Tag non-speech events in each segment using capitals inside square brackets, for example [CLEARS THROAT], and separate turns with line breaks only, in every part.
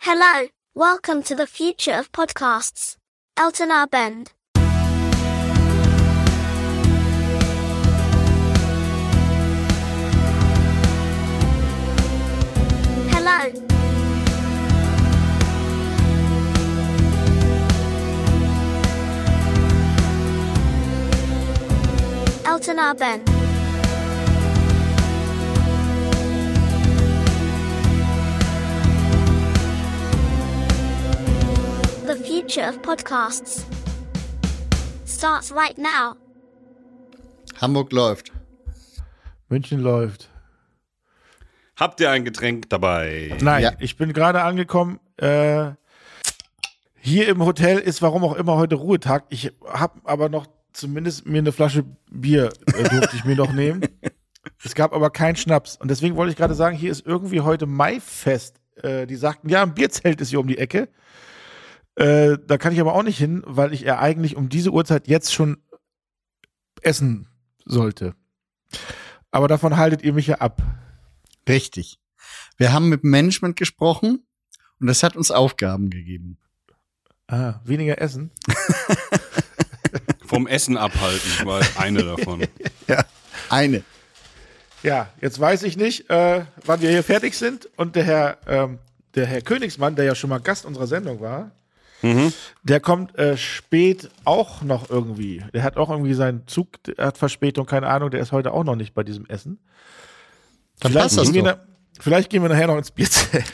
Hello, welcome to the future of podcasts. Elton Arbend. Hello. Elton Arbend. The future of podcasts starts right now.
Hamburg läuft.
München läuft.
Habt ihr ein Getränk dabei?
Nein,
Ja.
ich bin gerade angekommen. Äh, hier im Hotel ist warum auch immer heute Ruhetag. Ich habe aber noch zumindest mir eine Flasche Bier äh, durfte ich mir noch nehmen. Es gab aber keinen Schnaps. Und deswegen wollte ich gerade sagen, hier ist irgendwie heute Maifest. Äh, die sagten, ja, ein Bierzelt ist hier um die Ecke. Äh, da kann ich aber auch nicht hin, weil ich ja eigentlich um diese Uhrzeit jetzt schon essen sollte. Aber davon haltet ihr mich ja ab.
Richtig. Wir haben mit dem Management gesprochen und das hat uns Aufgaben gegeben.
Ah, weniger essen.
Vom Essen abhalten war eine davon.
Eine.
Ja, jetzt weiß ich nicht, äh, wann wir hier fertig sind. Und der Herr, ähm, der Herr Königsmann, der ja schon mal Gast unserer Sendung war,
Mhm.
der kommt äh, spät auch noch irgendwie. Der hat auch irgendwie seinen Zug, der hat Verspätung, keine Ahnung, der ist heute auch noch nicht bei diesem Essen.
Dann
Vielleicht,
passt das
gehen wir,
doch.
na- vielleicht gehen wir nachher noch ins Bierzelt.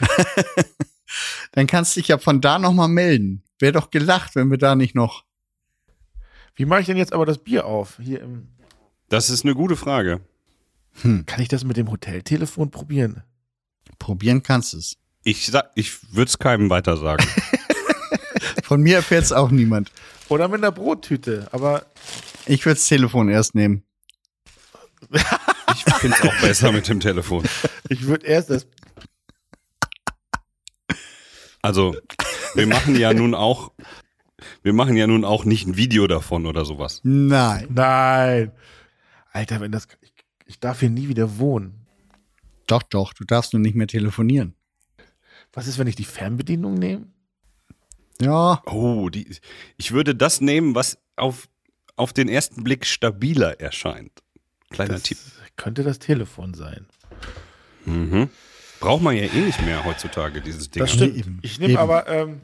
Dann kannst du dich ja von da nochmal melden. Wäre doch gelacht, wenn wir da nicht noch.
[LAUGHS] Wie mache ich denn jetzt aber das Bier auf? Hier im,
Das ist eine gute Frage.
Hm.
kann ich das mit dem Hoteltelefon probieren?
Probieren kannst du es.
Ich, sa- ich würde es keinem weiter sagen.
Von mir erfährt es auch niemand.
Oder mit einer Brottüte, aber
Ich würde das Telefon erst nehmen.
Ich finde es auch besser mit dem Telefon.
ich würde erst das.
Also, wir machen ja nun auch, wir machen ja nun auch nicht ein Video davon oder sowas.
Nein.
Nein! Alter, wenn das. Ich, ich darf hier nie wieder wohnen.
Doch, doch, du darfst nur nicht mehr telefonieren.
Was ist, wenn ich die Fernbedienung nehme?
Ja,
Oh, die, ich würde das nehmen, was auf, auf den ersten Blick stabiler erscheint. Kleiner
Das
Tipp.
könnte das Telefon sein.
Braucht man ja eh nicht mehr heutzutage, dieses Ding.
stimmt. Eben,
Ich nehme
eben.
aber, ähm,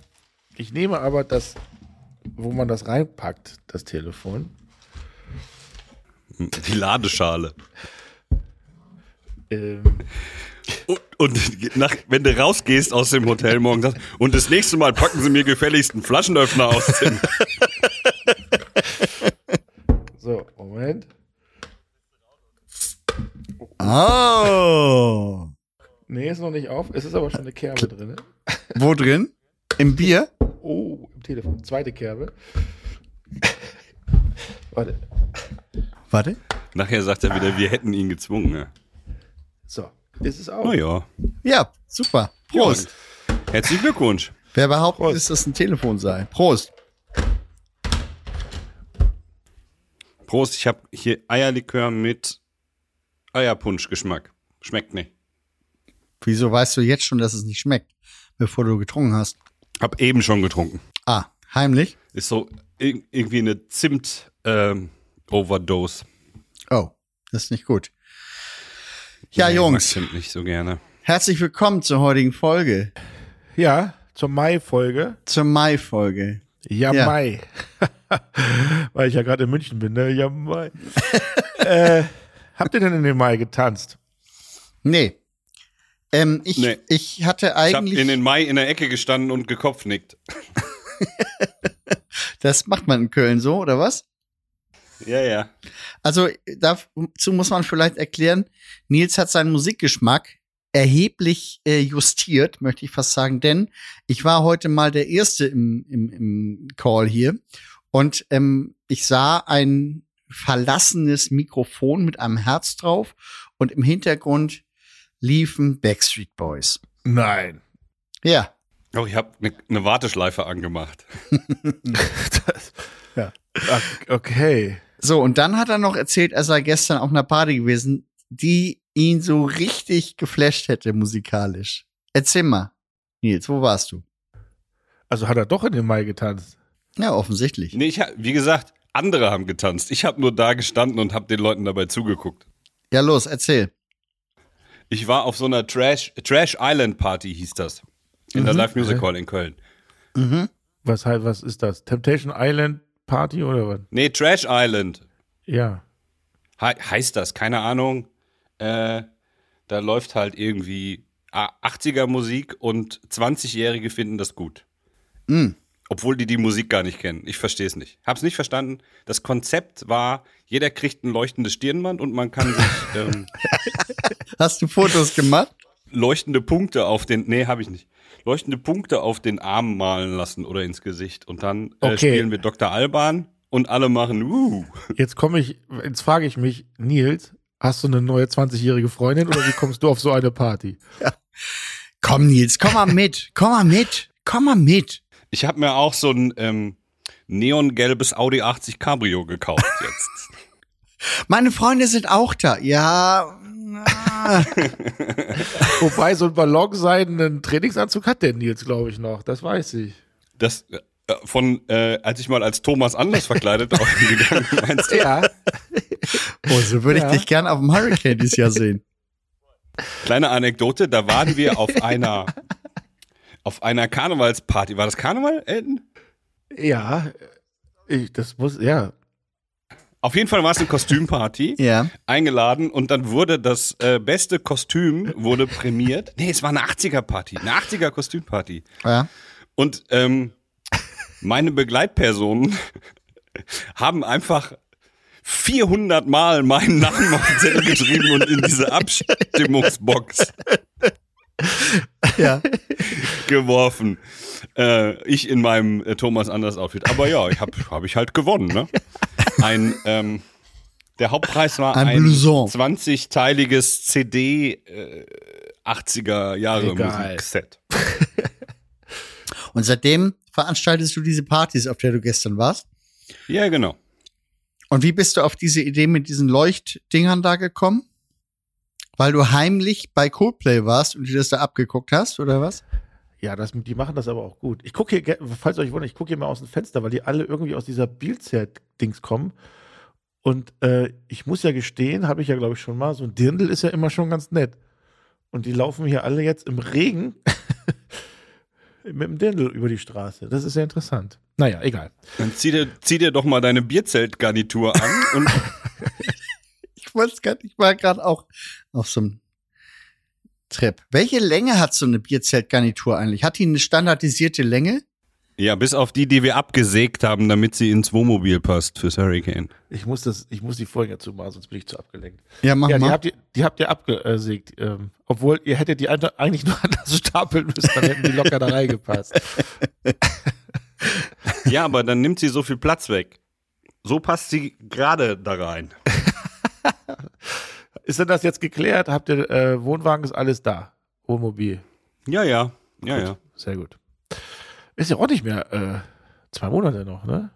ich nehme aber das, wo man das reinpackt, das Telefon.
Die Ladeschale.
Ähm,
Und, und nach, wenn du rausgehst aus dem Hotel morgen sagst, und das nächste Mal packen sie mir gefälligst einen Flaschenöffner aus dem.
so, Moment.
Oh.
Nee, ist noch nicht auf. Es ist aber schon eine Kerbe drin.
Wo drin? Im Bier?
Oh, im Telefon. Zweite Kerbe. [LAUGHS] Warte.
Warte.
Nachher sagt er wieder, wir hätten ihn gezwungen. Ja.
So, ist es auf.
Oh ja.
Ja, super. Prost.
Herzlichen Glückwunsch.
Wer behauptet,
Prost.
dass das ein Telefon sei. Prost.
Prost, ich habe hier Eierlikör mit Eierpunschgeschmack. Schmeckt nicht.
Wieso weißt du jetzt schon, dass es nicht schmeckt, bevor du getrunken hast?
Hab eben schon getrunken.
Ah, heimlich?
Ist so ir- irgendwie eine ähm, Zimt-Overdose.
Oh, das ist nicht gut. Ja,
Ich
Jungs,
mag Zimt nicht so gerne.
herzlich willkommen zur heutigen Folge,
Ja, zur Mai-Folge.
zur Mai-Folge.
Ja,
Ja.
Mai. [LAUGHS] Weil ich ja gerade in München bin, ne? Ja, Mai. [LAUGHS] äh, habt ihr denn in den Mai getanzt?
Nee. Ähm, ich,
Nee.
ich hatte
Ich habe
eigentlich,
in den Mai in der Ecke gestanden und gekopfnickt.
das macht man in Köln so, oder was?
Ja, ja.
Also dazu muss man vielleicht erklären, Nils hat seinen Musikgeschmack erheblich äh, justiert, möchte ich fast sagen, denn ich war heute mal der Erste im, im, im Call hier und ähm, ich sah ein verlassenes Mikrofon mit einem Herz drauf und im Hintergrund liefen Backstreet Boys.
Nein.
Ja,
Oh, ich habe eine ne Warteschleife angemacht.
Das, Okay.
so und dann hat er noch erzählt, er sei gestern auf einer Party gewesen, die ihn so richtig geflasht hätte musikalisch. Erzähl mal. Nils, wo warst du?
Also hat er doch in den Mai getanzt.
Ja, offensichtlich.
Nee, ich, hab- wie gesagt, andere haben getanzt. Ich habe nur da gestanden und habe den Leuten dabei zugeguckt.
Ja, los, erzähl.
Ich war auf so einer Trash, Trash Island Party, hieß das. In der Live Music Hall in Köln.
Was, halt- was ist das? Temptation Island Party oder was?
Nee, Trash Island
Ja.
he heißt das, keine Ahnung. Äh, da läuft halt irgendwie 80er Musik und 20-Jährige finden das gut. Obwohl die die Musik gar nicht kennen. Ich verstehe es nicht. Hab's nicht verstanden. Das Konzept war, jeder kriegt ein leuchtendes Stirnband und man kann sich ähm,
Hast du Fotos gemacht?
leuchtende Punkte auf den, nee, habe ich nicht. Leuchtende Punkte auf den Arm malen lassen oder ins Gesicht. Und dann äh,
Okay.
spielen wir Dr. Alban und alle machen, uh.
Jetzt komme ich, jetzt frage ich mich, Nils, hast du eine neue 20-jährige Freundin oder wie kommst du auf so eine Party?
[LAUGHS] Komm, Nils, komm mal mit. Komm mal mit. Komm mal mit.
Ich habe mir auch so ein ähm, neongelbes Audi 80 Cabrio gekauft [LAUGHS] jetzt.
Meine Freunde sind auch da. Ja. na.
Wobei so ein ballonseidenen Trainingsanzug hat der Nils, glaube ich, noch. Das weiß ich.
Das äh, von, äh, als ich mal als Thomas Anders verkleidet [LAUGHS] auf ihn gegangen bin, meinst du?
Ja.
Oh, so würde
Ja.
ich dich gern auf dem Hurricane dieses Jahr sehen.
Kleine Anekdote, da waren wir auf einer, auf einer Karnevalsparty. War das Karneval, Elton?
Ja. Ich, das muss, ja.
Auf jeden Fall war es eine Kostümparty.
[LAUGHS] Ja.
eingeladen und dann wurde das äh, beste Kostüm wurde prämiert. Nee, es war eine 80er Party, eine 80er Kostümparty.
Ja.
Und ähm, meine Begleitpersonen [LAUGHS] haben einfach 400 Mal meinen Namen auf den Zettel geschrieben und in diese Abstimmungsbox
Ja.
geworfen. Äh, ich in meinem äh, Thomas Anders Outfit. Aber ja, ich habe hab ich halt gewonnen. Ne? Ein ähm, der Hauptpreis war
Ein
ein,
Blouson.
20-teiliges CD äh, 80er Jahre
Egal.
Musikset.
Und seitdem veranstaltest du diese Partys, auf der du gestern warst.
Ja, genau.
Und wie bist du auf diese Idee mit diesen Leuchtdingern da gekommen? Weil du heimlich bei Coldplay warst und dir das da abgeguckt hast, oder was?
Ja, das, die machen das aber auch gut. Ich gucke hier, ge- falls euch wundert, ich gucke hier mal aus dem Fenster, weil die alle irgendwie aus dieser Bildset-Dings kommen. Und äh, ich muss ja gestehen, habe ich ja, glaube ich, schon mal, so ein Dirndl ist ja immer schon ganz nett. Und die laufen hier alle jetzt im Regen [LAUGHS] mit dem Dirndl über die Straße. Das ist ja interessant. Naja, egal.
Dann zieh dir, zieh dir doch mal deine Bierzeltgarnitur an und
Ich weiß gar nicht, ich war gerade auch auf so einem Trip. Welche Länge hat so eine Bierzeltgarnitur eigentlich? Hat die eine standardisierte Länge?
ja, bis auf die, die wir abgesägt haben, damit sie ins Wohnmobil passt fürs Hurricane.
Ich muss, das, ich muss die Folgen dazu machen, sonst bin ich zu abgelenkt.
Ja, mach
ja, die
mal.
habt, ihr, die habt ihr abgesägt. Ähm, obwohl, ihr hättet die einfach- eigentlich nur [LAUGHS] anders stapeln müssen, dann hätten die locker da reingepasst.
Ja, aber dann nimmt sie so viel Platz weg. So passt sie gerade da rein.
Ist denn das jetzt geklärt? Habt ihr äh, Wohnwagen ist alles da? Wohnmobil.
Ja, ja. Ja,
Gut,
ja.
Sehr gut. Ist ja auch nicht mehr äh, zwei Monate noch, ne?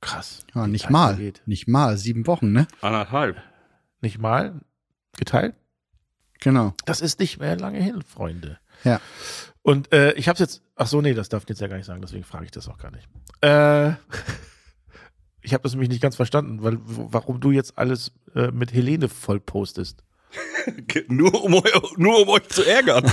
Krass.
ja,
wie
nicht
Zeit
mal.
vergeht.
Nicht mal. Sieben Wochen, ne?
Anderthalb.
Nicht mal geteilt.
Genau.
Das ist nicht mehr lange hin, Freunde.
Ja.
Und äh, ich habe jetzt. Ach so, nee, das darf ich jetzt ja gar nicht sagen. Deswegen frage ich das auch gar nicht. Äh, [LAUGHS] ich habe das nämlich nicht ganz verstanden, weil w- warum du jetzt alles äh, mit Helene voll postest.
[LAUGHS] Nur um, eu- nur um euch zu
[LAUGHS]
ärgern.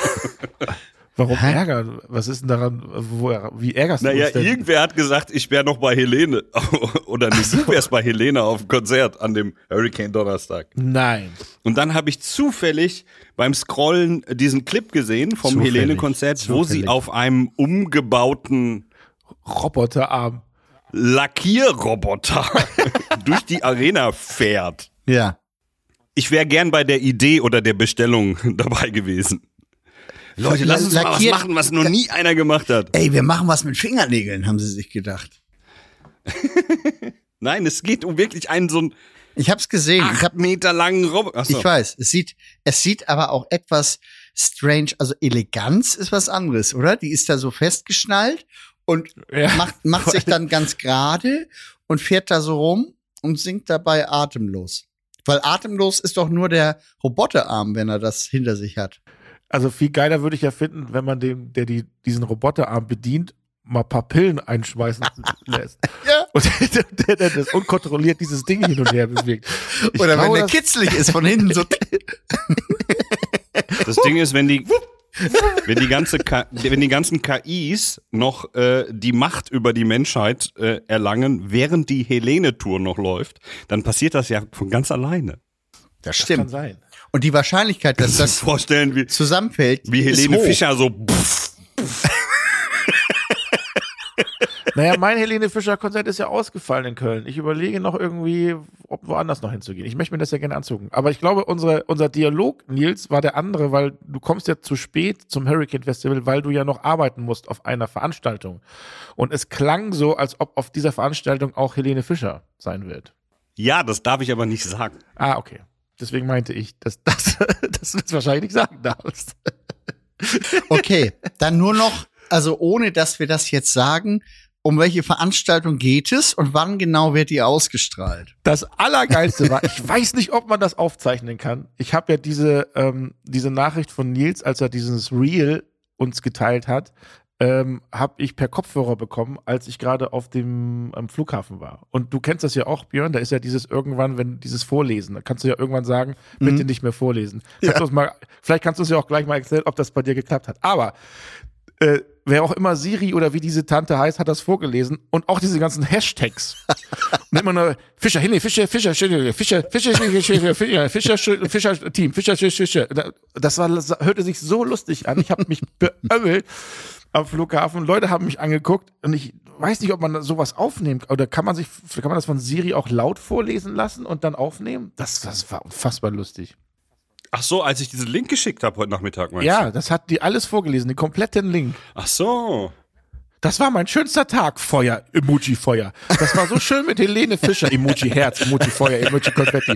Warum
Hä?
ärgern? Was ist denn daran? Wo, wie ärgerst du
Naja,
uns denn?
irgendwer hat gesagt, ich wäre noch bei Helene. [LAUGHS] Oder nicht, du wärst bei Helene auf dem Konzert an dem Hurricane Donnerstag.
Nein.
Und dann habe ich zufällig beim Scrollen diesen Clip gesehen vom
Zufällig,
Helene-Konzert, wo sie
zufällig.
auf einem umgebauten
Roboterarm.
Lackierroboter [LAUGHS] durch die Arena fährt.
Ja.
Ich wäre gern bei der Idee oder der Bestellung [LAUGHS] dabei gewesen. Leute,
La-
lass uns mal was
lackiert-
machen, was noch nie einer gemacht hat.
Ey, wir machen was mit Fingernägeln, haben sie sich gedacht.
Nein, es geht um wirklich einen so einen
Ich hab's gesehen. Ich hab
acht Meter langen Roboter. Achso.
Ich weiß, es sieht, es sieht aber auch etwas strange, also Eleganz ist was anderes, oder? Die ist da so festgeschnallt und
Ja.
macht, macht sich dann ganz gerade und fährt da so rum und singt dabei atemlos. Weil atemlos ist doch nur der Roboterarm, wenn er das hinter sich hat.
[LAUGHS] Also viel geiler würde ich ja finden, wenn man dem, der die, diesen Roboterarm bedient, mal ein paar
[LAUGHS]
Pillen einschmeißen lässt.
Ja.
Und der, der, der das unkontrolliert dieses Ding hin und her
[LAUGHS]
bewegt. Ich
Oder wenn
glaube,
der
das-
kitzelig ist von hinten
[LAUGHS]
so.
Das Ding ist,
[LAUGHS]
wenn die, wenn die, ganze Ka- wenn die ganzen KIs noch äh, die Macht über die Menschheit äh, erlangen, während die Helene-Tour noch läuft, dann passiert das ja von ganz alleine.
Das
kann
stimmt.
sein.
Und die Wahrscheinlichkeit, dass
[LAUGHS]
das
vorstellen, wie,
zusammenfällt,
wie
ist
Helene
hoch.
Fischer so. Pff,
Naja, mein Helene Fischer-Konzert ist ja ausgefallen in Köln. Ich überlege noch irgendwie, ob woanders noch hinzugehen. Ich möchte mir das ja gerne anzugucken. Aber ich glaube, unsere, unser Dialog, Nils, war der andere, weil du kommst ja zu spät zum Hurricane Festival, weil du ja noch arbeiten musst auf einer Veranstaltung. Und es klang so, als ob auf dieser Veranstaltung auch Helene Fischer sein wird.
ja, das darf ich aber nicht sagen.
Ah, okay. Deswegen meinte ich, dass, dass, dass du das [LAUGHS] wahrscheinlich nicht sagen darfst.
Okay, dann nur noch, also ohne dass wir das jetzt sagen, um welche Veranstaltung geht es und wann genau wird die ausgestrahlt?
Das Allergeilste war, ich weiß nicht, ob man das aufzeichnen kann. Ich habe ja diese, ähm, diese Nachricht von Nils, als er dieses Reel uns geteilt hat, ähm, habe ich per Kopfhörer bekommen, als ich gerade auf dem am Flughafen war. Und du kennst das ja auch, Björn, da ist ja dieses irgendwann, wenn dieses Vorlesen, da kannst du ja irgendwann sagen, bitte nicht mehr vorlesen. Kannst du's mal, vielleicht kannst du uns ja auch gleich mal erzählen, ob das bei dir geklappt hat. Aber äh, wer auch immer Siri oder wie diese Tante heißt, hat das vorgelesen und auch diese ganzen Hashtags. Und immer nur Fischer, Hille, Fischer, Fischer, Fischer, Fischer, Fischer, Fischer, Fischer, Fischer, Fischer, Fischer, Fischer, Team, Fischer, Fischer, Fischer. Da- Das war, das hörte sich so lustig an. Ich habe mich beömmelt am Flughafen. Leute haben mich angeguckt und ich weiß nicht, ob man sowas aufnehmen oder kann man sich, kann man das von Siri auch laut vorlesen lassen und dann aufnehmen? Das, das war unfassbar lustig.
Ach so, als ich diesen Link geschickt habe heute Nachmittag, meinst
Ja, das hat die alles vorgelesen, den kompletten Link.
du? Ach so.
Das war mein schönster Tag. Feuer, Emoji Feuer. Das
[LAUGHS]
war so schön mit Helene Fischer. Emoji Herz, Emoji Feuer, Emoji Konfetti.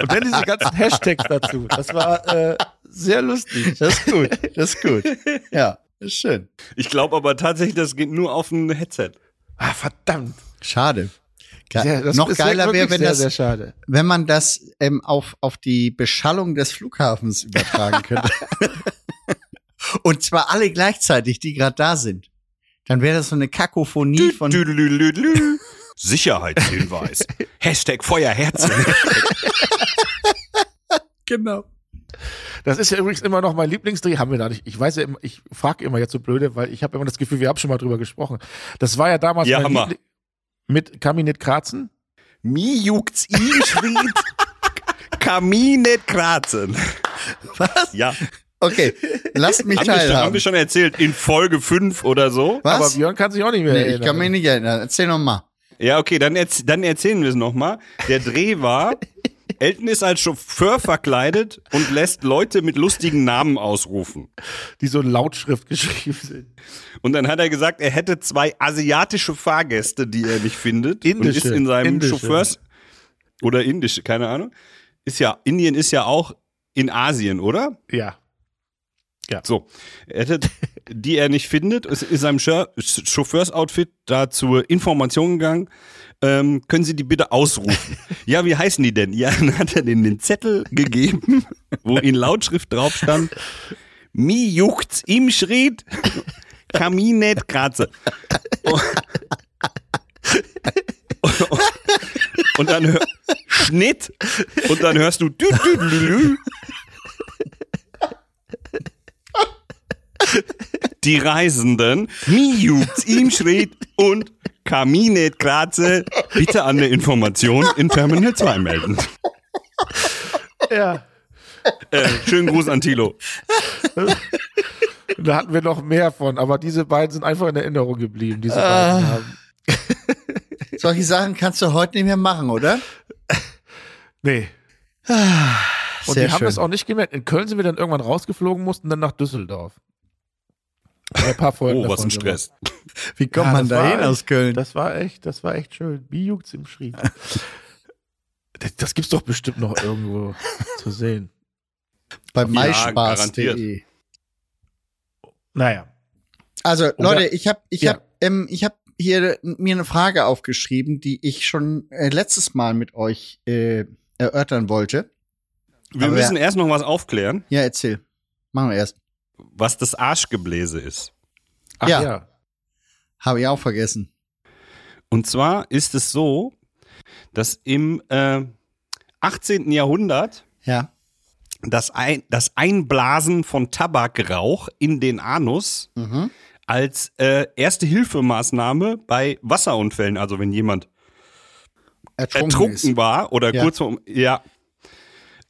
Und dann diese ganzen Hashtags dazu. Das war äh, sehr lustig.
Das ist gut, das ist gut. Ja, ist schön.
Ich glaube aber tatsächlich, das geht nur auf ein Headset.
Ah, verdammt.
Schade. Ge
Sehr- das
noch
ist sehr-
geiler wäre,
wirklich
wenn,
sehr,
das,
sehr schade.
wenn man das ähm, auf, auf die Beschallung des Flughafens [LAUGHS] übertragen könnte. und zwar alle gleichzeitig, die gerade da sind. Dann wäre das so eine Kakophonie von.
Düdelüdelüdelü.
[LAUGHS]
Sicherheitshinweis. Hashtag Feuerherz.
Genau.
Das ist ja übrigens immer noch mein Lieblingsdreh, haben wir da nicht. Ich weiß ja immer, ich frage immer jetzt so blöde, weil ich habe immer das Gefühl, wir haben schon mal drüber gesprochen. Das war ja damals
Ja,
mein
Hammer.
Liebling- mit Kaminit Kratzen.
Mi juckt's ihm schrieb. Kaminet kratzen.
Was?
Ja,
Okay, lasst mich
haben wir, schon, haben
teilhaben.
wir schon erzählt, in Folge 5 oder so.
Was?
Aber Björn kann sich auch nicht mehr
Nee,
erinnern.
ich kann mich nicht erinnern. Erzähl noch mal.
Ja, okay, dann, erz dann erzählen wir es nochmal. Der Dreh war, Elton ist als Chauffeur verkleidet und lässt Leute mit lustigen Namen ausrufen.
die so in Lautschrift [LAUGHS] geschrieben sind.
Und dann hat er gesagt, er hätte zwei asiatische Fahrgäste, die er nicht findet.
Indische,
Und ist in seinem
indische.
Chauffeurs oder indische, keine Ahnung. Ist ja, Indien ist ja auch in Asien, oder?
Ja.
So. Er hätte, die er nicht findet, ist in seinem Chau- Chauffeursoutfit da zur Information gegangen. Ähm, können Sie die bitte ausrufen? ja, wie heißen die denn? Ja, dann hat er denen den Zettel gegeben, wo in Lautschrift drauf stand: Mi juckt's im Schritt, Kaminet Kratze. Und dann hör, Schnitt und dann hörst du dü, dü, dü, dü, dü. die Reisenden Mi juckt's im Schritt und Kaminet Kratze bitte an der Information in Terminal 2 melden.
Ja.
Äh, schönen Gruß an Thilo.
[LAUGHS] Da hatten wir noch mehr von, aber diese beiden sind einfach in Erinnerung geblieben. Diese
Ah.
beiden haben.
Solche Sachen kannst du heute nicht mehr machen, oder?
Nee. Und
Ah, Sehr
die haben
schön.
das auch nicht gemerkt. In Köln sind wir dann irgendwann rausgeflogen, mussten dann nach Düsseldorf. Ein paar Folgen
Oh, was
davon
ein Stress.
Wie kommt
Ja,
man
das
da hin
war-
aus Köln?
gemacht. Das war echt, das war echt schön. Wie juckt's im
[LAUGHS]
Schrieb. Das, das gibt's doch bestimmt noch
[LAUGHS]
irgendwo zu sehen.
Bei E.
garantiert.
myspaß.de.
Naja.
Also
Oder-
Leute, ich habe ich
Ja.
hab, ähm, ich hab hier mir eine Frage aufgeschrieben, die ich schon äh, letztes Mal mit euch äh, erörtern wollte.
Wir
Aber
müssen
ja.
erst noch was aufklären.
Ja, erzähl. Machen wir erst.
was das Arschgebläse ist.
Ach
Ja.
ja.
Habe ich auch vergessen.
Und zwar ist es so, dass im äh, 18. Jahrhundert
Ja.
das, Ein das Einblasen von Tabakrauch in den Anus als äh, erste Hilfemaßnahme bei Wasserunfällen, also wenn jemand
Ertrunken,
ertrunken
ist.
war oder
Ja.
kurz vor, ja,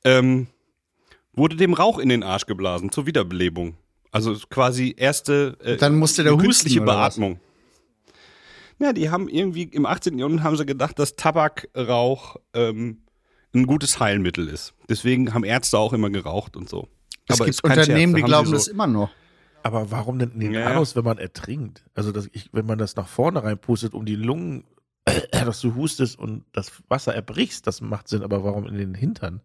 ähm, wurde dem Rauch in den Arsch geblasen zur Wiederbelebung. Also quasi erste äh,
Dann musste der
künstliche
husten, oder was?
Beatmung. Ja, die haben irgendwie im 18. Jahrhundert haben sie gedacht, dass Tabakrauch ähm, ein gutes Heilmittel ist. Deswegen haben Ärzte auch immer geraucht und so.
Es
Aber
gibt
ist kein
Unternehmen,
Scherz,
die
haben
glauben
sie
das
so,
immer noch.
Aber warum denn in den
Ja, ja.
Anus, wenn man ertrinkt? Also das, ich, wenn man das nach vorne reinpustet, um die Lungen, [CLEARS THROAT] dass du hustest und das Wasser erbrichst, das macht Sinn. Aber warum in den Hintern?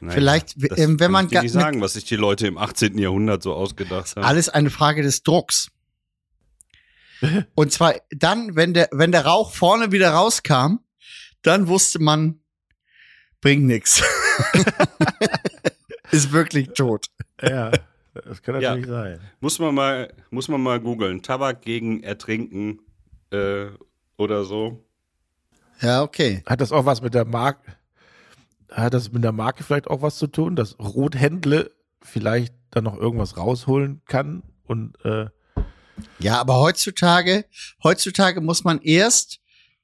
naja,
Vielleicht,
das
ähm, wenn
kann
man
ich dir
ga-
nicht
mit-
sagen, was sich die Leute im 18. Jahrhundert so ausgedacht haben.
Alles eine Frage des Drucks. Und zwar dann, wenn der, wenn der Rauch vorne wieder rauskam, dann wusste man, bringt nichts. ist wirklich tot.
Ja, das kann
Ja.
natürlich sein.
Muss man mal, muss man mal googeln. Tabak gegen Ertrinken äh, oder so.
Ja, okay.
Hat das auch was mit der Marke? Hat das mit der Marke vielleicht auch was zu tun, dass Rothändle vielleicht dann noch irgendwas rausholen kann und äh,
Ja, aber heutzutage, heutzutage muss man erst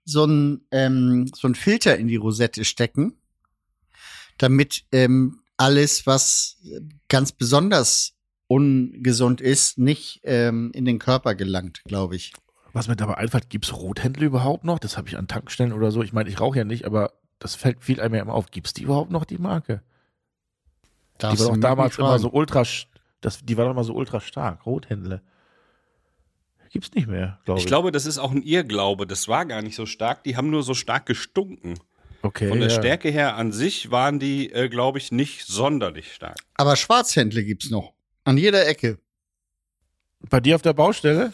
so ein ähm, so ein Filter in die Rosette stecken, damit ähm, alles, was äh, ganz besonders ungesund ist, nicht ähm, in den Körper gelangt, glaube ich.
was mir dabei einfällt, gibt es Rothändle überhaupt noch? Das habe ich an Tankstellen oder so. Ich meine, ich rauche ja nicht, aber das fällt viel einem ja immer auf. Gibt es die überhaupt noch, die Marke? Die war doch damals immer so ultra, sch- das, die war doch immer so ultra stark, Rothändle. Gibt's nicht mehr, glaube ich.
Ich glaube, das ist auch ein Irrglaube. Das war gar nicht so stark. Die haben nur so stark gestunken.
okay,
Von der
ja.
Stärke her an sich waren die, äh, glaube ich, nicht sonderlich stark.
Aber Schwarzhändle gibt's noch. An jeder Ecke.
Bei dir auf der Baustelle?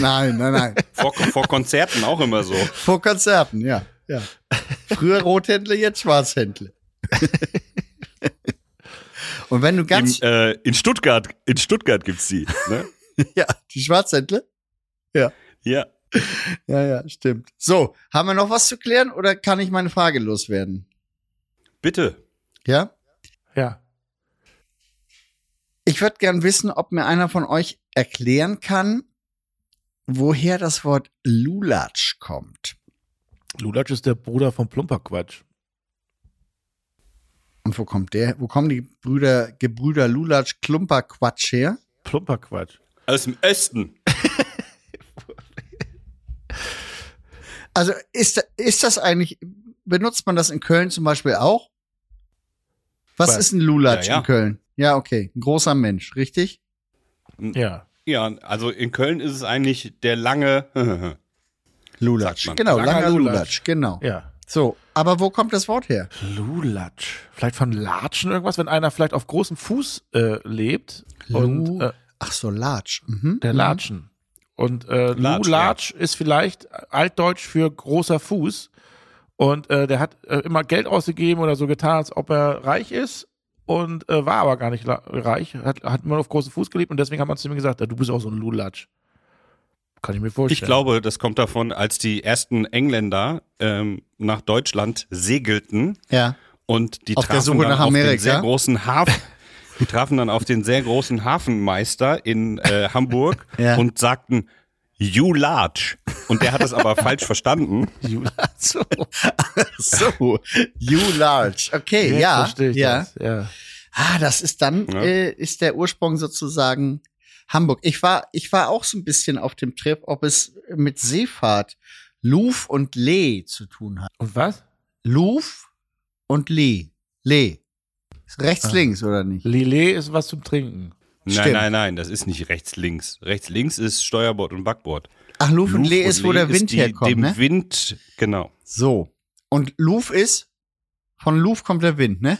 Nein, nein, nein.
Vor, [LAUGHS] vor Konzerten auch immer so.
Vor Konzerten, ja. ja. Früher Rothändle, jetzt
[LAUGHS]
Schwarzhändle. Und wenn du
Im,
ganz,
äh, in Stuttgart, in Stuttgart gibt's die. Ne?
ja, die Schwarzhändle?
Ja.
Ja, ja, stimmt. So, haben wir noch was zu klären oder kann ich meine Frage loswerden?
Bitte.
Ja?
[LAUGHS] Ja.
Ich würde gern wissen, ob mir einer von euch erklären kann, woher das Wort Lulatsch kommt
Lulatsch ist der Bruder von Plumperquatsch.
und wo kommt der, wo kommen die Brüder, Gebrüder Lulatsch Klumperquatsch her?
Plumperquatsch.
Aus dem Osten.
Also ist, da- ist das eigentlich, benutzt man das in Köln zum Beispiel auch? Was,
Was?
ist ein Lulatsch
Ja, ja.
in Köln? Ja, okay. Ein großer Mensch, richtig?
Ja.
Ja, also in Köln ist es eigentlich der lange. [LAUGHS]
Lulatsch.
Sagt man.
Genau,
Langer
langer Lulatsch,
Lulatsch.
genau.
Ja.
So, aber wo kommt das Wort her?
Lulatsch. Vielleicht von Latschen irgendwas, wenn einer vielleicht auf großem Fuß äh, lebt.
Lu-
und äh,
Ach so, Latsch. Mhm.
der Latschen. Und äh,
Latsch,
Lulatsch ist vielleicht altdeutsch für großer Fuß. Und äh, der hat äh, immer Geld ausgegeben oder so getan, als ob er reich ist. Und äh, war aber gar nicht la- reich, hat, hat immer auf großem Fuß gelebt und deswegen hat man zu ihm gesagt, "Ja, du bist auch so ein Lulatsch. Kann ich mir vorstellen.
Ich glaube, das kommt davon, als die ersten Engländer ähm, nach Deutschland segelten
Ja.
und die
Auf der
trafen
Suche
dann
nach
auf den
Amerika?
sehr großen Hafen. Die trafen dann auf den sehr großen Hafenmeister in äh, Hamburg
[LAUGHS] Ja.
und sagten You large. Und der hat das aber falsch verstanden.
So. so. You large. Okay,
Jetzt
ja.
verstehe ich
ja.
das. Ja.
Ah, das ist dann,
Ja.
äh, ist der Ursprung sozusagen Hamburg. Ich war, ich war auch so ein bisschen auf dem Trip, ob es mit Seefahrt Louvre und Lee zu tun hat.
Und was?
Louvre und Lee. Lee. Ist Rechts,
Ah.
links, oder nicht?
Lillet ist was zum Trinken.
Nein,
[LAUGHS] Stimmt.
nein, nein, das ist nicht rechts, links. Rechts, links ist Steuerbord und Backbord.
Ach, Louvre und
Luf
Lee ist, wo der Wind
die,
herkommt,
Dem
ne?
Wind, genau.
So. Und Louvre ist, von Louvre kommt der Wind, ne?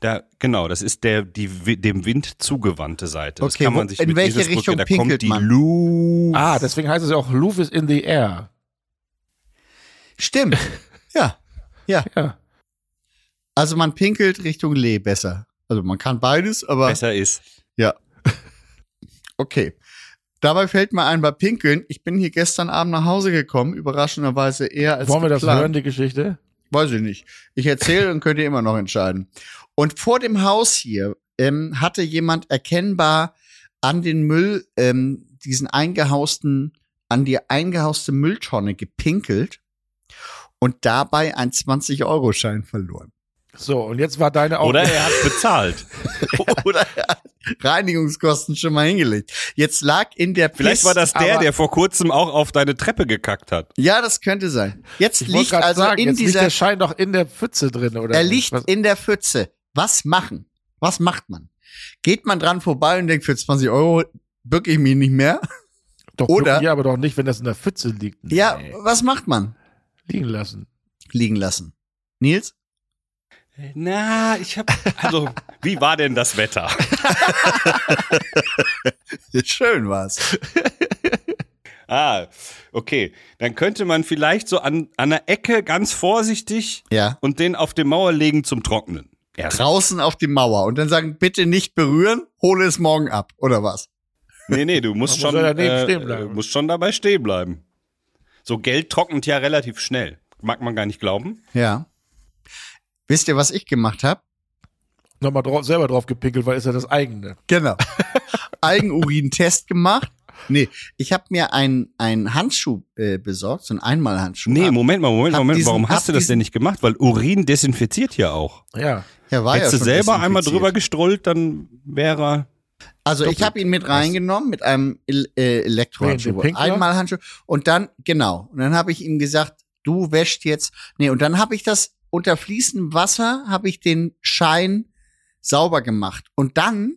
Da, genau, das ist der, die, Wi- dem Wind zugewandte Seite. Das
Okay,
kann
wo-
man sich
in
mit
welche
Eselsbrücke,
Richtung
da
pinkelt
kommt die
man?
Lu
Ah, deswegen heißt es ja auch Loof is in the air.
Stimmt. ja.
Ja.
Also man pinkelt Richtung Lee besser. Also man kann beides, aber
Besser ist.
ja. Okay. Dabei fällt mir ein bei Pinkeln. Ich bin hier gestern Abend nach Hause gekommen, überraschenderweise eher als
Wollen wir das
geplant.
hören, die Geschichte?
Weiß ich nicht. Ich erzähle und könnt ihr immer noch entscheiden. Und vor dem Haus hier ähm, hatte jemand erkennbar an den Müll ähm, diesen eingehausten, an die eingehauste Mülltonne gepinkelt und dabei einen 20-Euro-Schein verloren.
So, und jetzt war deine auch.
Oder er hat bezahlt.
Oder er hat Reinigungskosten schon mal hingelegt. Jetzt lag in der
Vielleicht
Piss-
war das der,
aber-
der vor kurzem auch auf deine Treppe gekackt hat.
Ja, das könnte sein. Jetzt
Ich wollte
liegt
gerade
also
sagen,
in
jetzt liegt
dieser
der Schein doch in der Pfütze drin, oder?
Er
was?
liegt
Was-
in der Pfütze. Was machen? Was macht man? Geht man dran vorbei und denkt, für 20 Euro bück ich mich nicht
[LAUGHS]
mehr?
Doch,
oder-
Ja, aber doch nicht, wenn das in der Pfütze liegt.
Ja,
Nee.
was macht man?
Liegen lassen.
Liegen lassen. Nils?
Na, ich hab. Also, wie war denn das Wetter?
Schön war's.
[LAUGHS] Ah, okay. Dann könnte man vielleicht so an, an der Ecke ganz vorsichtig
Ja.
und den auf die Mauer legen zum Trocknen. Erst.
Draußen auf die Mauer und dann sagen, bitte nicht berühren, hole es morgen ab, oder was?
Nee, nee, du
[LAUGHS]
musst
Man muss
schon,
ja daneben
äh,
stehen bleiben.
äh, musst schon dabei stehen bleiben. So Geld trocknet ja relativ schnell. Mag man gar nicht glauben.
Ja. Wisst ihr, was ich gemacht habe?
Nochmal drau- selber drauf gepinkelt, weil ist ja das eigene.
[LAUGHS] Genau. Eigenurin-Test gemacht. Nee, ich habe mir einen einen Handschuh äh, besorgt, so einen Einmalhandschuh.
Nee,
Ah,
Moment mal, Moment,
Hab
Moment.
diesen-
Warum
hab
hast du das
diesen-
denn nicht gemacht? Weil Urin desinfiziert ja auch.
Ja.
ja, war ja
Hättest du
schon
selber einmal
desinfiziert.
drüber gestrollt, dann wäre er
Also ich
Doppelt.
habe ihn mit reingenommen mit einem El- äh,
Nee,
Elektrohandschuh,
den Pinkler?
einmal Handschuh und dann genau und dann habe ich ihm gesagt, du wäschst jetzt. Nee, und dann habe ich das unter fließendem Wasser habe ich den Schein sauber gemacht und dann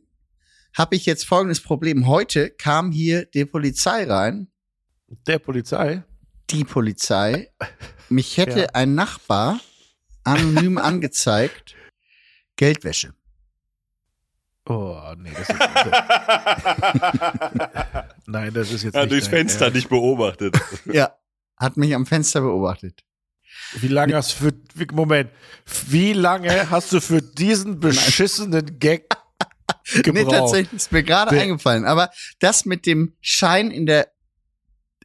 habe ich jetzt folgendes Problem. Heute kam hier die Polizei rein,
Der Polizei.
die Polizei. Mich hätte
Ja.
ein Nachbar anonym angezeigt Geldwäsche.
Oh, nee, das ist.
[LAUGHS]
Nein, das ist jetzt.
ja,
nicht
durchs
dein
Fenster
Ernst.
nicht beobachtet.
Ja, hat mich am Fenster beobachtet.
Wie lange hast du für. wie- Moment. Wie lange hast du für diesen beschissenen Gag gebraucht?
[LAUGHS] Nee, tatsächlich ist mir gerade
Nee.
eingefallen. Aber das mit dem Schein in der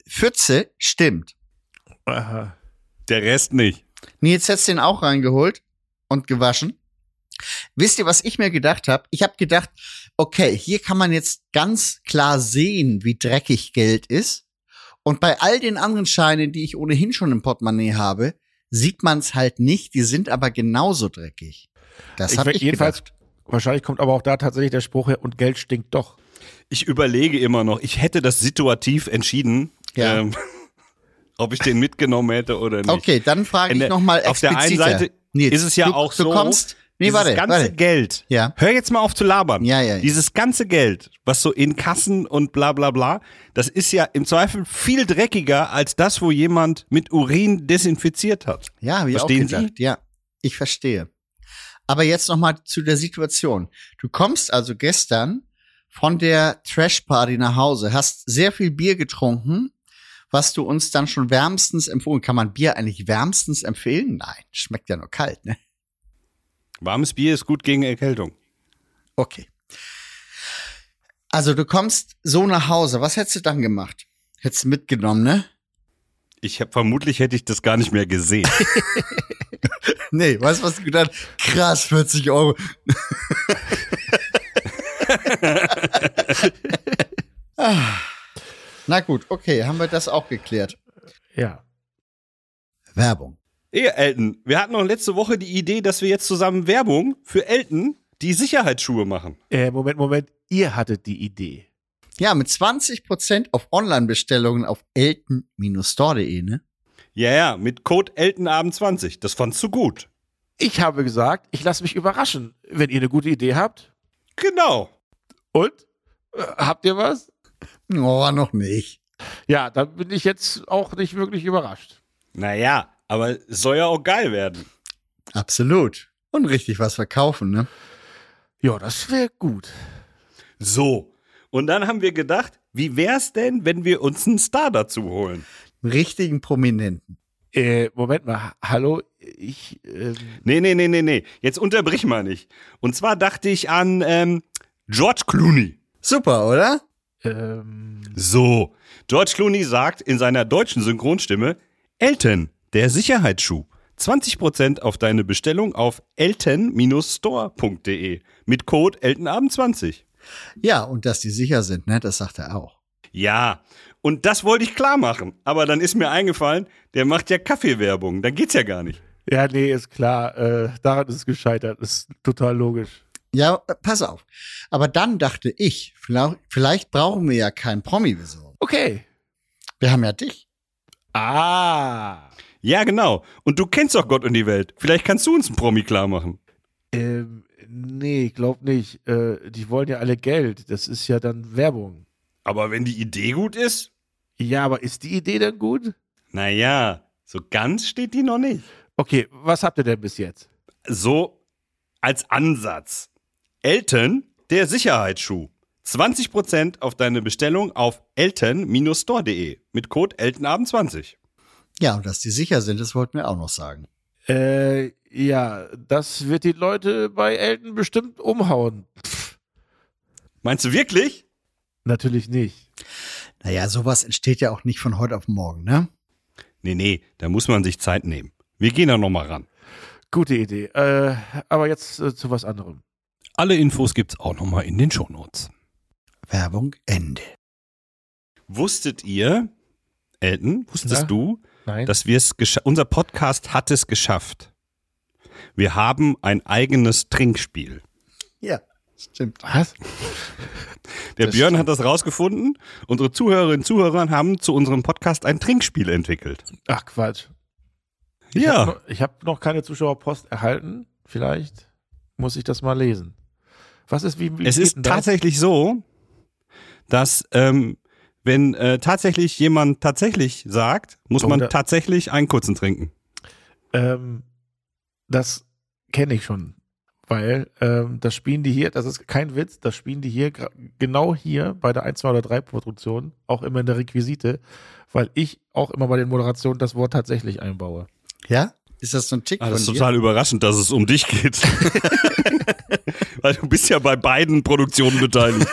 Pfütze stimmt.
Aha.
[LAUGHS] Der Rest nicht.
Nils hat's den auch reingeholt und gewaschen. Wisst ihr, was ich mir gedacht habe? Ich habe gedacht, okay, hier kann man jetzt ganz klar sehen, wie dreckig Geld ist. Und bei all den anderen Scheinen, die ich ohnehin schon im Portemonnaie habe, sieht man es halt nicht. Die sind aber genauso dreckig. Das
Ich
habe
werd
ich
jedenfalls-
gedacht.
Wahrscheinlich kommt aber auch da tatsächlich der Spruch her, und Geld stinkt doch.
Ich überlege immer noch, ich hätte das situativ entschieden,
Ja.
ähm, [LAUGHS] ob ich den mitgenommen hätte oder nicht.
Okay, dann frage
In
ich
der-
noch mal
auf der einen
expliziter.
Seite
Nils,
ist es ja
du,
auch so,
Du kommst, nee,
Dieses
warte,
ganze
warte.
Geld.
Ja.
Hör jetzt mal auf zu labern.
Ja, ja, ja.
Dieses ganze Geld, was so in Kassen und bla bla bla, das ist ja im Zweifel viel dreckiger als das, wo jemand mit Urin desinfiziert hat.
Ja, habe ich auch
Verstehen
gedacht. Ja, ich verstehe. Aber jetzt noch mal zu der Situation. Du kommst also gestern von der Trash Party nach Hause, hast sehr viel Bier getrunken, was du uns dann schon wärmstens empfohlen. Kann man Bier eigentlich wärmstens empfehlen? Nein, schmeckt ja nur kalt, ne?
Warmes Bier ist gut gegen Erkältung.
Okay. Also du kommst so nach Hause. Was hättest du dann gemacht? Hättest du mitgenommen, ne?
Ich hab, vermutlich hätte ich das gar nicht
[LAUGHS]
mehr gesehen.
Nee, weißt du, was du gedacht hast? Krass, 40 Euro. Ah. [LAUGHS] Na gut, okay, haben wir das auch geklärt.
Ja.
Werbung.
Ehe Elton, wir hatten noch letzte Woche die Idee, dass wir jetzt zusammen Werbung für Elton die Sicherheitsschuhe machen.
Äh, Moment, Moment. Ihr hattet die Idee.
Ja, mit 20% auf Online-Bestellungen auf elten-store.de, ne?
Ja, ja, mit Code EltonAbend20. Das fandst du gut.
Ich habe gesagt, ich lasse mich überraschen. Wenn ihr eine gute Idee habt
Genau.
und äh, habt ihr was?
Oh, noch nicht.
Ja, dann bin ich jetzt auch nicht wirklich überrascht.
Naja, aber es soll ja auch geil werden.
Absolut. Und richtig was verkaufen, ne?
Ja, das wäre gut.
So. Und dann haben wir gedacht, wie wär's denn, wenn wir uns einen Star dazu holen?
Einen richtigen Prominenten.
Äh, Moment mal, hallo, ich. Ähm,
Nee, nee, nee, nee, nee. Jetzt unterbrich mal nicht. Und zwar dachte ich an ähm, George Clooney.
Super, oder?
ähm,
So. George Clooney sagt in seiner deutschen Synchronstimme: Elton, der Sicherheitsschuh. 20% auf deine Bestellung auf elten-store.de mit Code ELTENABEND20.
Ja, und dass die sicher sind, ne? Das sagt er auch.
Ja, und das wollte ich klar machen. Aber dann ist mir eingefallen, der macht ja Kaffeewerbung. Dann geht's ja gar nicht.
ja, nee, ist klar. Äh, daran ist es gescheitert. Ist total logisch.
Ja, äh, pass auf. Aber dann dachte ich, vielleicht, vielleicht brauchen wir ja keinen Promi besorgen.
Okay.
Wir haben ja dich.
Ah.
Ja, genau. Und du kennst doch Gott und die Welt. Vielleicht kannst du uns einen Promi klar machen.
Ähm, nee, glaub nicht. Äh, die wollen ja alle Geld. Das ist ja dann Werbung.
Aber wenn die Idee gut ist?
Ja, aber ist die Idee denn gut?
Naja, so ganz steht die noch nicht.
Okay, was habt ihr denn bis jetzt?
So als Ansatz. Elton, der Sicherheitsschuh. 20% auf deine Bestellung auf elten-store.de mit Code ELTENABEND20.
Ja, und dass die sicher sind, das wollten wir auch noch sagen.
Äh, ja, das wird die Leute bei Elton bestimmt umhauen.
Meinst du wirklich?
Natürlich nicht.
Naja, sowas entsteht ja auch nicht von heute auf morgen, ne?
Nee, nee, da muss man sich Zeit nehmen. Wir gehen da nochmal ran.
Gute Idee. Äh, aber jetzt äh, zu was anderem.
Alle Infos gibt's auch nochmal in den Shownotes.
Werbung Ende.
Wusstet ihr, Elton, wusstest
Ja.
du,
Nein.
dass wir es geschafft, unser Podcast hat es geschafft. Wir haben ein eigenes Trinkspiel.
Ja, stimmt.
was?
Der
Das
Björn hat das rausgefunden. Unsere Zuhörerinnen und Zuhörer haben zu unserem Podcast ein Trinkspiel entwickelt.
Ach Quatsch.
Ja,
Ich habe noch keine Zuschauerpost erhalten. Vielleicht muss ich das mal lesen. Was ist wie? wie
es
geht
ist
denn das?
tatsächlich so, dass ähm, wenn äh, tatsächlich jemand tatsächlich sagt, muss
Oh,
man
da-
tatsächlich einen kurzen trinken.
Ähm, das kenne ich schon, weil ähm, das spielen die hier, das ist kein Witz, das spielen die hier gra- genau hier bei der 1, 2 oder 3 Produktion, auch immer in der Requisite, weil ich auch immer bei den Moderationen das Wort tatsächlich einbaue.
Ja? Ist das so ein Tick
Ah,
von
das ist
dir?
total überraschend, dass es um dich geht.
[LAUGHS]
Weil du bist ja bei beiden Produktionen beteiligt.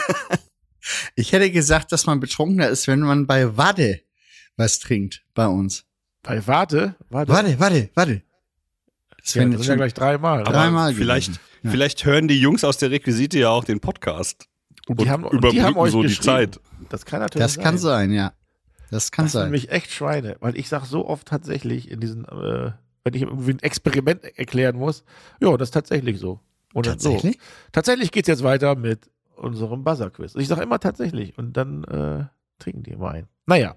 Ich hätte gesagt, dass man betrunkener ist, wenn man bei Wade was trinkt bei uns.
Bei Warte, Warte,
Wade, Wade, Wade. Das
ja,
wären jetzt
das sind ja
schon
gleich dreimal.
Aber
dreimal
vielleicht,
gewesen. Ja.
vielleicht hören die Jungs aus der Requisite ja auch den Podcast.
und die haben, und die
überbrücken
haben euch
so die
geschrieben.
Zeit.
Das kann natürlich
Das
sein.
kann sein, ja. Das kann
Das sind
sein.
nämlich echt Schweine, weil ich sag so oft tatsächlich in diesen, äh, wenn ich irgendwie ein Experiment erklären muss, ja, das ist tatsächlich so. Und dann so.
Tatsächlich?
Tatsächlich geht's jetzt weiter mit unserem Buzzer-Quiz. Ich sage immer tatsächlich und dann äh, trinken die immer ein. Naja.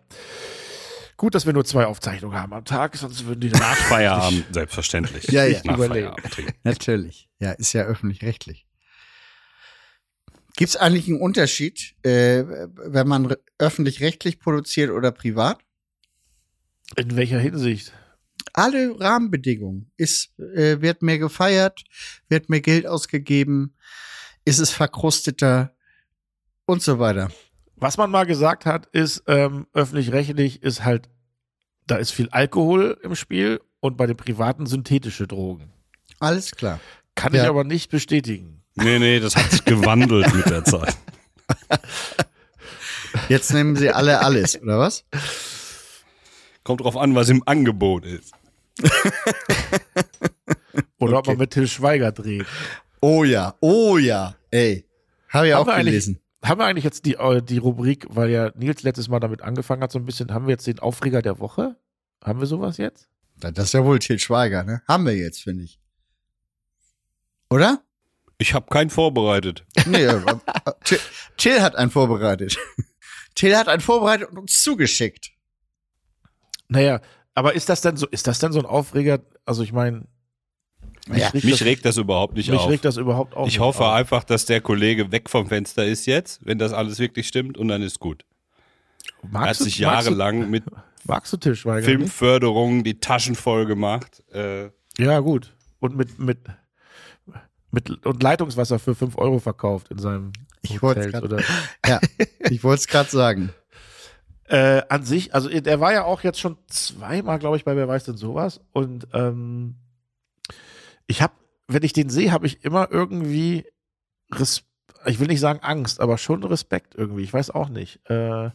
Gut, dass wir nur zwei Aufzeichnungen haben am Tag, sonst würden
[LAUGHS]
die
Nach
danach
Feierabend, selbstverständlich.
Ja, ja.
Nach
Überlegen.
Feierabend trinken.
Natürlich. Ja, ist ja öffentlich-rechtlich. Gibt es eigentlich einen Unterschied, äh, wenn man re- öffentlich-rechtlich produziert oder privat?
in welcher Hinsicht?
Alle Rahmenbedingungen. Ist, äh, wird mehr gefeiert, wird mehr Geld ausgegeben, ist es verkrusteter und so weiter.
Was man mal gesagt hat, ist, ähm, öffentlich-rechtlich ist halt, da ist viel Alkohol im Spiel und bei den privaten synthetische Drogen.
Alles klar.
Kann
Ja.
ich aber nicht bestätigen.
Nee, nee, das hat sich gewandelt mit der Zeit.
Jetzt nehmen sie alle [LAUGHS] alles, oder was?
Kommt drauf an, was im Angebot ist.
Oder ob
Okay.
man mit Till Schweiger dreht.
Oh ja, oh ja. Ey, habe ich
Haben wir
auch
eigentlich-
gelesen.
Haben wir eigentlich jetzt die, äh, die Rubrik, weil ja Nils letztes Mal damit angefangen hat, so ein bisschen, haben wir jetzt den Aufreger der Woche? Haben wir sowas jetzt?
Das ist ja wohl Til Schweiger, ne? Haben wir jetzt, finde ich. Oder?
Ich habe keinen vorbereitet.
Nee, aber- aber Till- Till hat einen
[LAUGHS]
vorbereitet. Till hat einen vorbereitet und uns zugeschickt.
Naja, aber ist das denn so, ist das denn so ein Aufreger? Also ich meine,
Ja,
Mich
das,
regt das überhaupt nicht
mich
auf.
regt das überhaupt auf.
ich hoffe
auf.
einfach, dass der Kollege weg vom Fenster ist jetzt, wenn das alles wirklich stimmt und dann ist gut. Er hat
magst du,
sich jahrelang mit
Magst du, magst du Till Schweiger? nicht?
Filmförderung die Taschen voll gemacht. Äh,
Ja, gut. Und mit, mit, mit und Leitungswasser für 5 Euro verkauft in seinem
Ich wollte's
Hotel.
grad-
Oder,
Ja, ich wollte es gerade sagen.
Äh, an sich, also er war ja auch jetzt schon zweimal, glaube ich, bei Wer weiß denn sowas. Und ähm, Ich habe, wenn ich den sehe, habe ich immer irgendwie Res ich will nicht sagen Angst, aber schon Respekt irgendwie. Ich weiß auch nicht. Äh,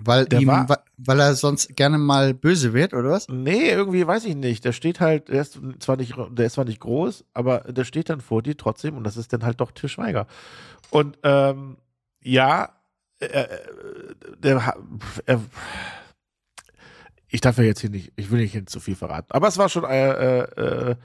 Weil,
Der
ihm,
war-
wa- weil er sonst gerne mal böse wird, oder was?
nee, irgendwie weiß ich nicht. Der steht halt, der ist zwar nicht, der ist zwar nicht groß, aber der steht dann vor dir trotzdem und das ist dann halt doch Til Schweiger. Und ähm, ja, äh, der, ha- er, ich darf ja jetzt hier nicht, ich will nicht hier zu viel verraten. Aber es war schon ein, äh, äh,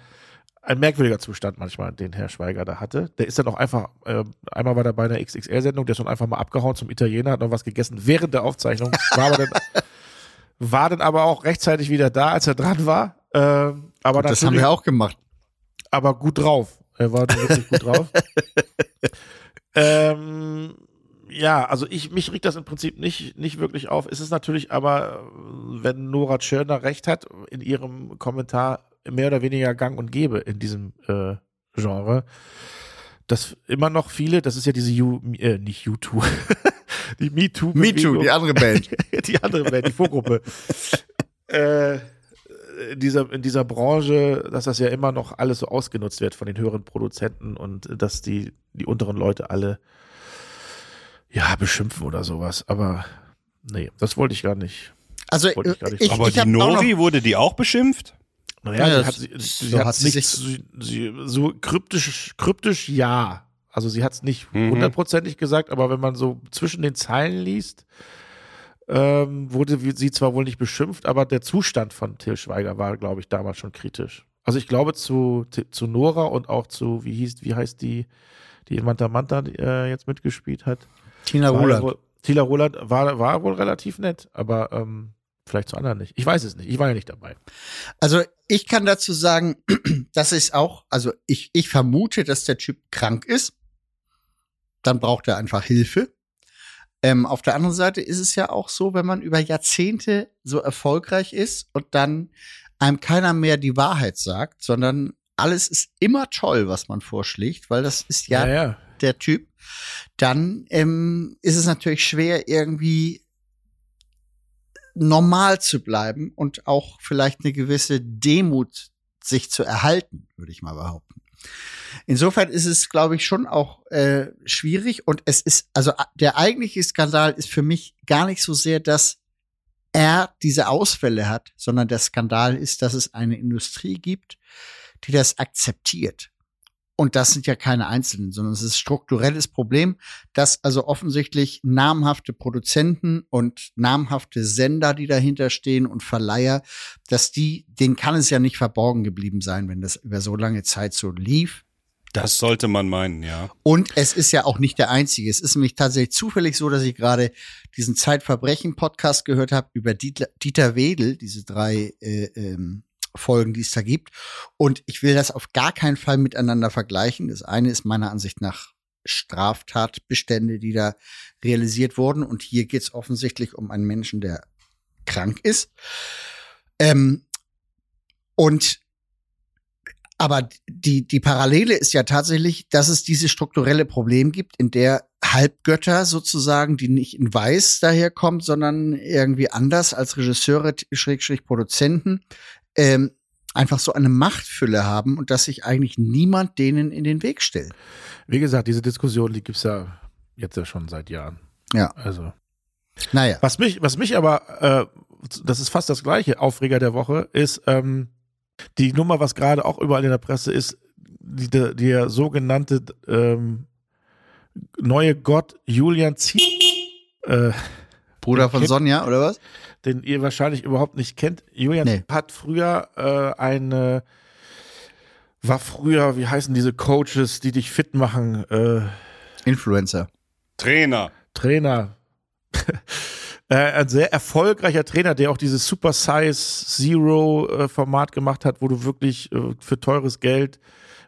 ein merkwürdiger Zustand manchmal, den Herr Schweiger da hatte. Der ist dann auch einfach, äh, einmal war er bei einer XXL-Sendung, der ist schon einfach mal abgehauen zum Italiener, hat noch was gegessen während der Aufzeichnung, war aber dann,
[LAUGHS]
war dann aber auch rechtzeitig wieder da, als er dran war. Ähm, aber
das haben wir auch gemacht.
aber gut drauf. Er war wirklich gut drauf. ähm, ja, also ich, mich regt das im Prinzip nicht, nicht wirklich auf. Es ist natürlich aber, äh, wenn Nora Tschirner recht hat, in ihrem Kommentar mehr oder weniger gang und gäbe in diesem äh, Genre, dass immer noch viele, das ist ja diese, U, äh, nicht U2, [LAUGHS] die MeToo.
Me Too, die andere Band.
[LAUGHS] die andere Band, die Vorgruppe. [LAUGHS] äh, in, dieser, in dieser Branche, dass das ja immer noch alles so ausgenutzt wird von den höheren Produzenten und äh, dass die, die unteren Leute alle ja beschimpfen oder sowas. Aber nee, das wollte ich gar nicht.
Also, ich,
Wollte ich gar nicht
ich,
sagen.
Aber
ich
die
hab auch noch-
Nori wurde die auch beschimpft?
Naja,
Ja,
sie hat,
das-
sie, sie
so
hat
hat sie
nicht
sich-
sie, sie, so kryptisch, kryptisch ja. Also sie hat es nicht
Mhm.
hundertprozentig gesagt, aber wenn man so zwischen den Zeilen liest, ähm, wurde wie- sie zwar wohl nicht beschimpft, aber der Zustand von Till Schweiger war, glaube ich, damals schon kritisch. Also ich glaube zu, zu Nora und auch zu, wie hieß, wie heißt die, die in Manta Manta die, äh, jetzt mitgespielt hat.
Tina
War ja
Ruland.
wohl- Tila Roland war, war wohl relativ nett, aber ähm, vielleicht zu anderen nicht. Ich weiß es nicht. Ich war ja nicht dabei.
Also, ich kann dazu sagen, [CLEARS THROAT] dass ich auch, also ich, ich vermute, dass der Typ krank ist. Dann braucht er einfach Hilfe. Ähm, auf der anderen Seite ist es ja auch so, wenn man über Jahrzehnte so erfolgreich ist und dann einem keiner mehr die Wahrheit sagt, sondern alles ist immer toll, was man vorschlägt, weil das ist ja
ja.
der Typ, dann ähm, ist es natürlich schwer, irgendwie normal zu bleiben und auch vielleicht eine gewisse Demut sich zu erhalten, würde ich mal behaupten. Insofern ist es, glaube ich, schon auch äh, schwierig und es ist, also a- der eigentliche Skandal ist für mich gar nicht so sehr, dass er diese Ausfälle hat, sondern der Skandal ist, dass es eine Industrie gibt, die das akzeptiert. Und das sind ja keine Einzelnen, sondern es ist strukturelles Problem, dass also offensichtlich namhafte Produzenten und namhafte Sender, die dahinter stehen und Verleiher, dass die, denen kann es ja nicht verborgen geblieben sein, wenn das über so lange Zeit so lief.
Das sollte man meinen, ja.
Und es ist ja auch nicht der einzige. Es ist nämlich tatsächlich zufällig so, dass ich gerade diesen Zeitverbrechen-Podcast gehört habe über Dieter, Dieter Wedel, diese drei äh, ähm, Folgen, die es da gibt. Und ich will das auf gar keinen Fall miteinander vergleichen. Das eine ist meiner Ansicht nach Straftatbestände, die da realisiert wurden. Und hier geht es offensichtlich um einen Menschen, der krank ist. Ähm, und aber die, die Parallele ist ja tatsächlich, dass es dieses strukturelle Problem gibt, in der Halbgötter sozusagen, die nicht in Weiß daherkommt, sondern irgendwie anders als Regisseure, Schrägstrich Produzenten, ähm, einfach so eine Machtfülle haben und dass sich eigentlich niemand denen in den Weg stellt.
Wie gesagt, diese Diskussion, die gibt es ja jetzt ja schon seit Jahren.
Ja.
Also.
Naja,
Was mich, was mich aber, äh, das ist fast das gleiche Aufreger der Woche, ist ähm, die Nummer, was gerade auch überall in der Presse ist, die, der, der sogenannte ähm, neue Gott
[LAUGHS]
Julian Zie äh,
Bruder von
Kipp-
Sonja oder was?
den ihr wahrscheinlich überhaupt nicht kennt. Julian
Nee.
hat früher äh, eine, war früher, wie heißen diese Coaches, die dich fit machen, äh,
Influencer.
Trainer.
Trainer. [LAUGHS] Äh, Ein sehr erfolgreicher Trainer, der auch dieses Super Size Zero äh, Format gemacht hat, wo du wirklich äh, für teures Geld,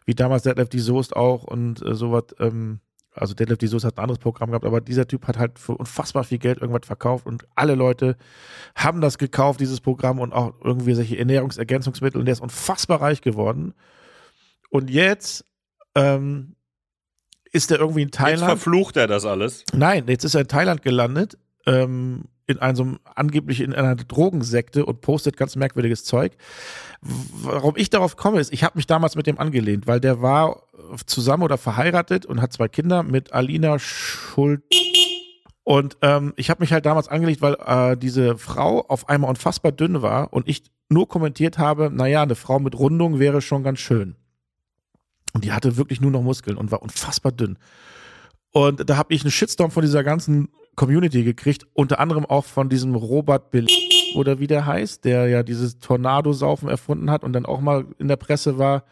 wie damals Deadlift die Soest auch und äh, sowas, ähm, also Deadlift die Soest hat ein anderes Programm gehabt, aber dieser Typ hat halt für unfassbar viel Geld irgendwas verkauft und alle Leute haben das gekauft, dieses Programm und auch irgendwie solche Ernährungsergänzungsmittel und der ist unfassbar reich geworden. Und jetzt ähm, ist er irgendwie in
Jetzt
Thailand.
verflucht er das alles.
Nein, jetzt ist er in Thailand gelandet ähm, in einem, so einem- angeblich in einer Drogensekte und postet ganz merkwürdiges Zeug. Warum ich darauf komme, ist, ich habe mich damals mit dem angelehnt, weil der war zusammen oder verheiratet und hat zwei Kinder mit Alina Schuld. Und ähm, ich habe mich halt damals angelegt, weil äh, diese Frau auf einmal unfassbar dünn war und ich nur kommentiert habe, naja, eine Frau mit Rundung wäre schon ganz schön. Und die hatte wirklich nur noch Muskeln und war unfassbar dünn. Und da habe ich einen Shitstorm von dieser ganzen Community gekriegt, unter anderem auch von diesem Robert Bill oder wie der heißt, der ja dieses Tornadosaufen erfunden hat und dann auch mal in der Presse war.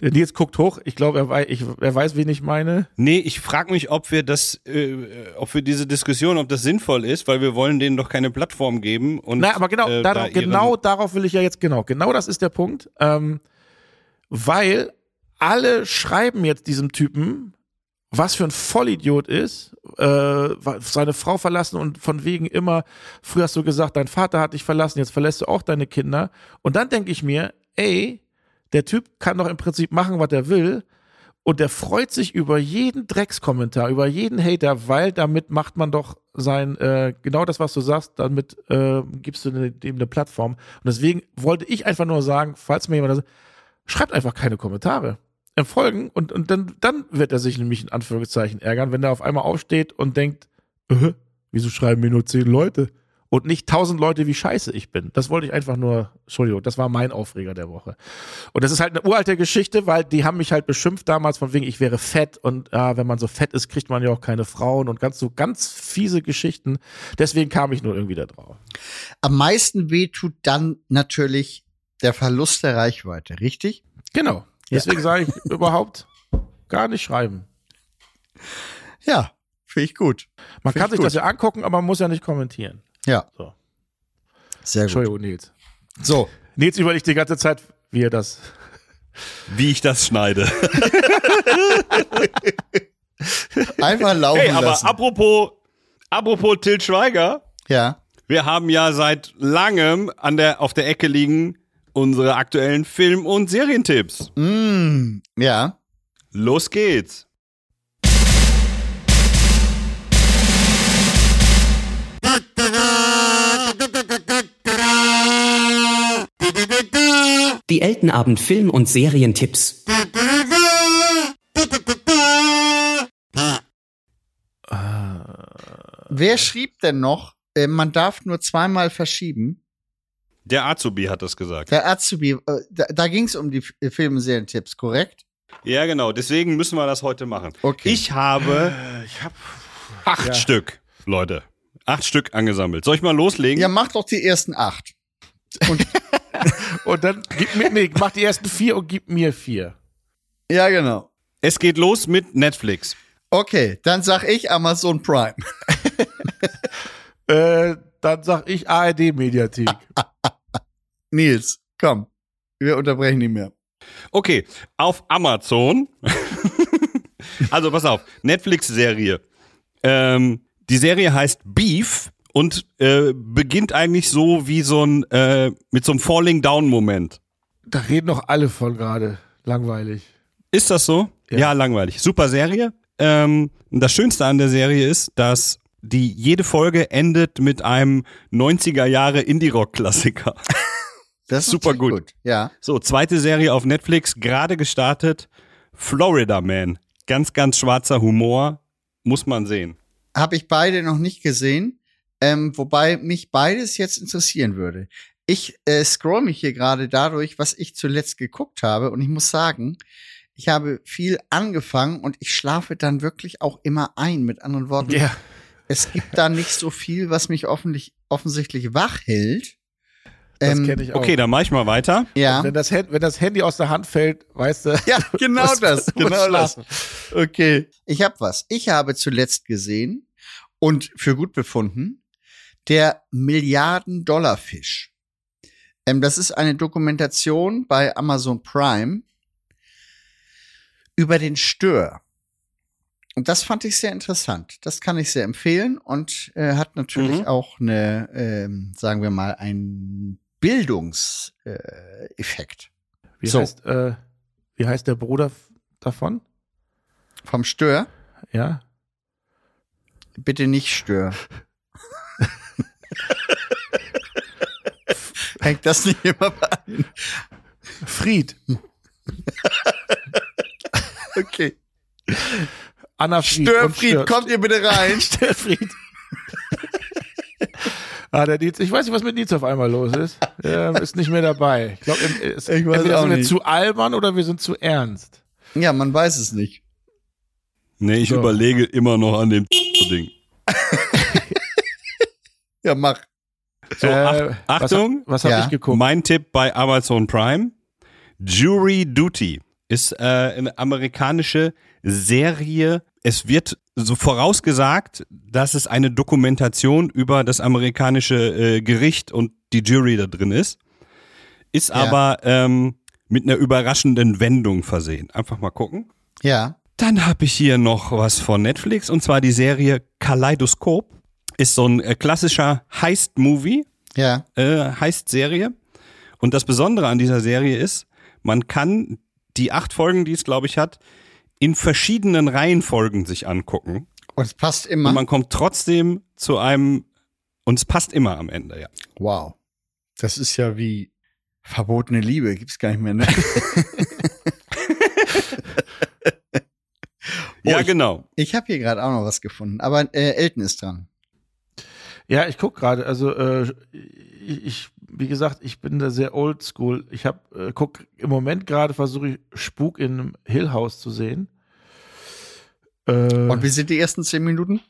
Der Nils guckt hoch, ich glaube, er, wei ich- er weiß, wen ich meine.
Nee, ich frage mich, ob wir das, äh, ob wir diese Diskussion, ob das sinnvoll ist, weil wir wollen denen doch keine Plattform geben. Und,
Na, aber genau,
äh,
darauf,
da ihren-
genau darauf will ich ja jetzt genau. Genau das ist der Punkt. Ähm, weil alle schreiben jetzt diesem Typen, was für ein Vollidiot ist, äh, wa- seine Frau verlassen und von wegen immer, früher hast du gesagt, dein Vater hat dich verlassen, jetzt verlässt du auch deine Kinder. Und dann denke ich mir, ey, der Typ kann doch im Prinzip machen, was er will. Und der freut sich über jeden Dreckskommentar, über jeden Hater, weil damit macht man doch sein, äh, genau das, was du sagst, damit äh, gibst du ne- dem eine Plattform. Und deswegen wollte ich einfach nur sagen, falls mir jemand das, schreibt einfach keine Kommentare. Im Folgen und, und dann, dann wird er sich nämlich in Anführungszeichen ärgern, wenn er auf einmal aufsteht und denkt, äh, wieso schreiben mir nur zehn Leute? Und nicht tausend Leute, wie scheiße ich bin. Das wollte ich einfach nur, Entschuldigung, das war mein Aufreger der Woche. Und das ist halt eine uralte Geschichte, weil die haben mich halt beschimpft damals von wegen, ich wäre fett und ah, wenn man so fett ist, kriegt man ja auch keine Frauen und ganz so ganz fiese Geschichten. Deswegen kam ich nur irgendwie da drauf.
Am meisten weh tut dann natürlich der Verlust der Reichweite, richtig?
Genau. Deswegen sage ich [LAUGHS] überhaupt gar nicht schreiben.
Ja, finde ich gut.
Man
Find ich
kann sich
gut.
das ja angucken, aber man muss ja nicht kommentieren.
Ja.
So.
Sehr gut.
Entschuldigung, Nils.
So,
Nils überlegt die ganze Zeit, wie er das. [LAUGHS]
wie ich das schneide.
einfach laufen
[LAUGHS] Hey, aber
lassen.
apropos, apropos Til Schweiger,
ja.
wir haben ja seit langem an der, auf der Ecke liegen unsere aktuellen Film- und Serientipps.
Mm, ja.
Los geht's.
Die Eltenabend Film- und Serientipps.
Äh.
Wer schrieb denn noch, äh, man darf nur zweimal verschieben?
Der Azubi hat das gesagt.
Der Azubi, äh, da, da ging es um die F- äh, Film- und Serientipps, korrekt?
Ja, genau. Deswegen müssen wir das heute machen.
Okay.
Ich habe
Äh, Ich hab.
acht Stück, Leute. Acht Stück angesammelt. Soll ich mal loslegen?
Ja, mach doch die ersten acht.
Und dann gib mir, nee, mach die ersten vier und gib mir vier.
Ja, genau.
Es geht los mit Netflix.
Okay, dann sag ich Amazon Prime. [LAUGHS]
Äh, dann sag ich ARD-Mediathek.
Ah, Nils, komm. Wir unterbrechen nicht mehr.
Okay, auf Amazon. [LAUGHS] also pass auf, Netflix-Serie. Ähm, die Serie heißt Beef und äh, beginnt eigentlich so wie so ein äh, mit so einem Falling Down Moment.
Da reden doch alle von gerade. Langweilig.
Ist das so? Ja,
Ja.
langweilig. Super Serie. Ähm, und das Schönste an der Serie ist, dass die jede Folge endet mit einem 90er Jahre Indie-Rock-Klassiker.
Das ist
Super
natürlich
gut.
Ja.
So, zweite Serie auf Netflix, gerade gestartet. Florida Man. Ganz, ganz schwarzer Humor. Muss man sehen.
Habe ich beide noch nicht gesehen. Ähm, wobei mich beides jetzt interessieren würde. Ich äh, scroll mich hier gerade dadurch, was ich zuletzt geguckt habe. Und ich muss sagen, ich habe viel angefangen und ich schlafe dann wirklich auch immer ein. Mit anderen Worten, es gibt da nicht so viel, was mich offenlich, offensichtlich wach hält.
das
Ähm,
kenne ich auch.
Okay, dann mach ich mal weiter.
Ja.
Wenn, das Hand, wenn das Handy aus der Hand fällt, weißt du.
[LAUGHS] Ja, genau
musst-
das.
du musst
Genau das.
schlafen.
Okay. Ich habe was. Ich habe zuletzt gesehen und für gut befunden, der Milliarden-Dollar-Fisch. Ähm, das ist eine Dokumentation bei Amazon Prime über den Stör. Und das fand ich sehr interessant. Das kann ich sehr empfehlen und äh, hat natürlich
Mhm.
auch eine, ähm, sagen wir mal, einen Bildungseffekt. Äh, Effekt
Wie,
So.
heißt, äh, wie heißt der Bruder f- davon?
vom Stör.
Ja.
Bitte nicht Stör. [LAUGHS] Hängt das nicht immer bei allen?
Fried.
Okay.
Anna Fried. und
Störfried, kommt ihr bitte rein.
[LAUGHS] Störfried. ah, der Dietz, ich weiß nicht, was mit Dietz auf einmal los ist. Ähm, ist nicht mehr dabei. Ich glaube,
Ich
ich
weiß auch
sind wir
nicht.
zu albern oder wir sind zu ernst.
ja, man weiß es nicht.
Nee, ich
So.
überlege immer noch an dem Ding.
Ja, mach.
So,
Ach- Achtung,
Äh, Was, was habe
Ja.
ich geguckt?
mein Tipp bei Amazon Prime: Jury Duty ist äh, eine amerikanische Serie. Es wird so vorausgesagt, dass es eine Dokumentation über das amerikanische äh, Gericht und die Jury da drin ist. Ist aber ähm, mit einer überraschenden Wendung versehen. Einfach mal gucken.
Ja.
Dann habe ich hier noch was von Netflix und zwar die Serie Kaleidoskop. Ist so ein äh, klassischer Heist-Movie,
Ja.
äh, Heist-Serie. Und das Besondere an dieser Serie ist, man kann die acht Folgen, die es glaube ich hat, in verschiedenen Reihenfolgen sich angucken.
Und es passt
Und
immer.
man kommt trotzdem zu einem, und es passt immer am Ende, ja.
Wow. Das ist ja wie verbotene Liebe. Gibt's gar nicht mehr, ne? Oh,
ja,
ich-
genau.
[LAUGHS] Ich habe hier gerade auch noch was gefunden. Aber äh, Elton ist dran.
Ja, ich guck gerade. Also äh, ich, ich, wie gesagt, ich bin da sehr oldschool. Ich hab, äh, guck im Moment gerade versuche ich Spuk in einem Hill House zu sehen. Äh,
Und wie sind die ersten zehn Minuten?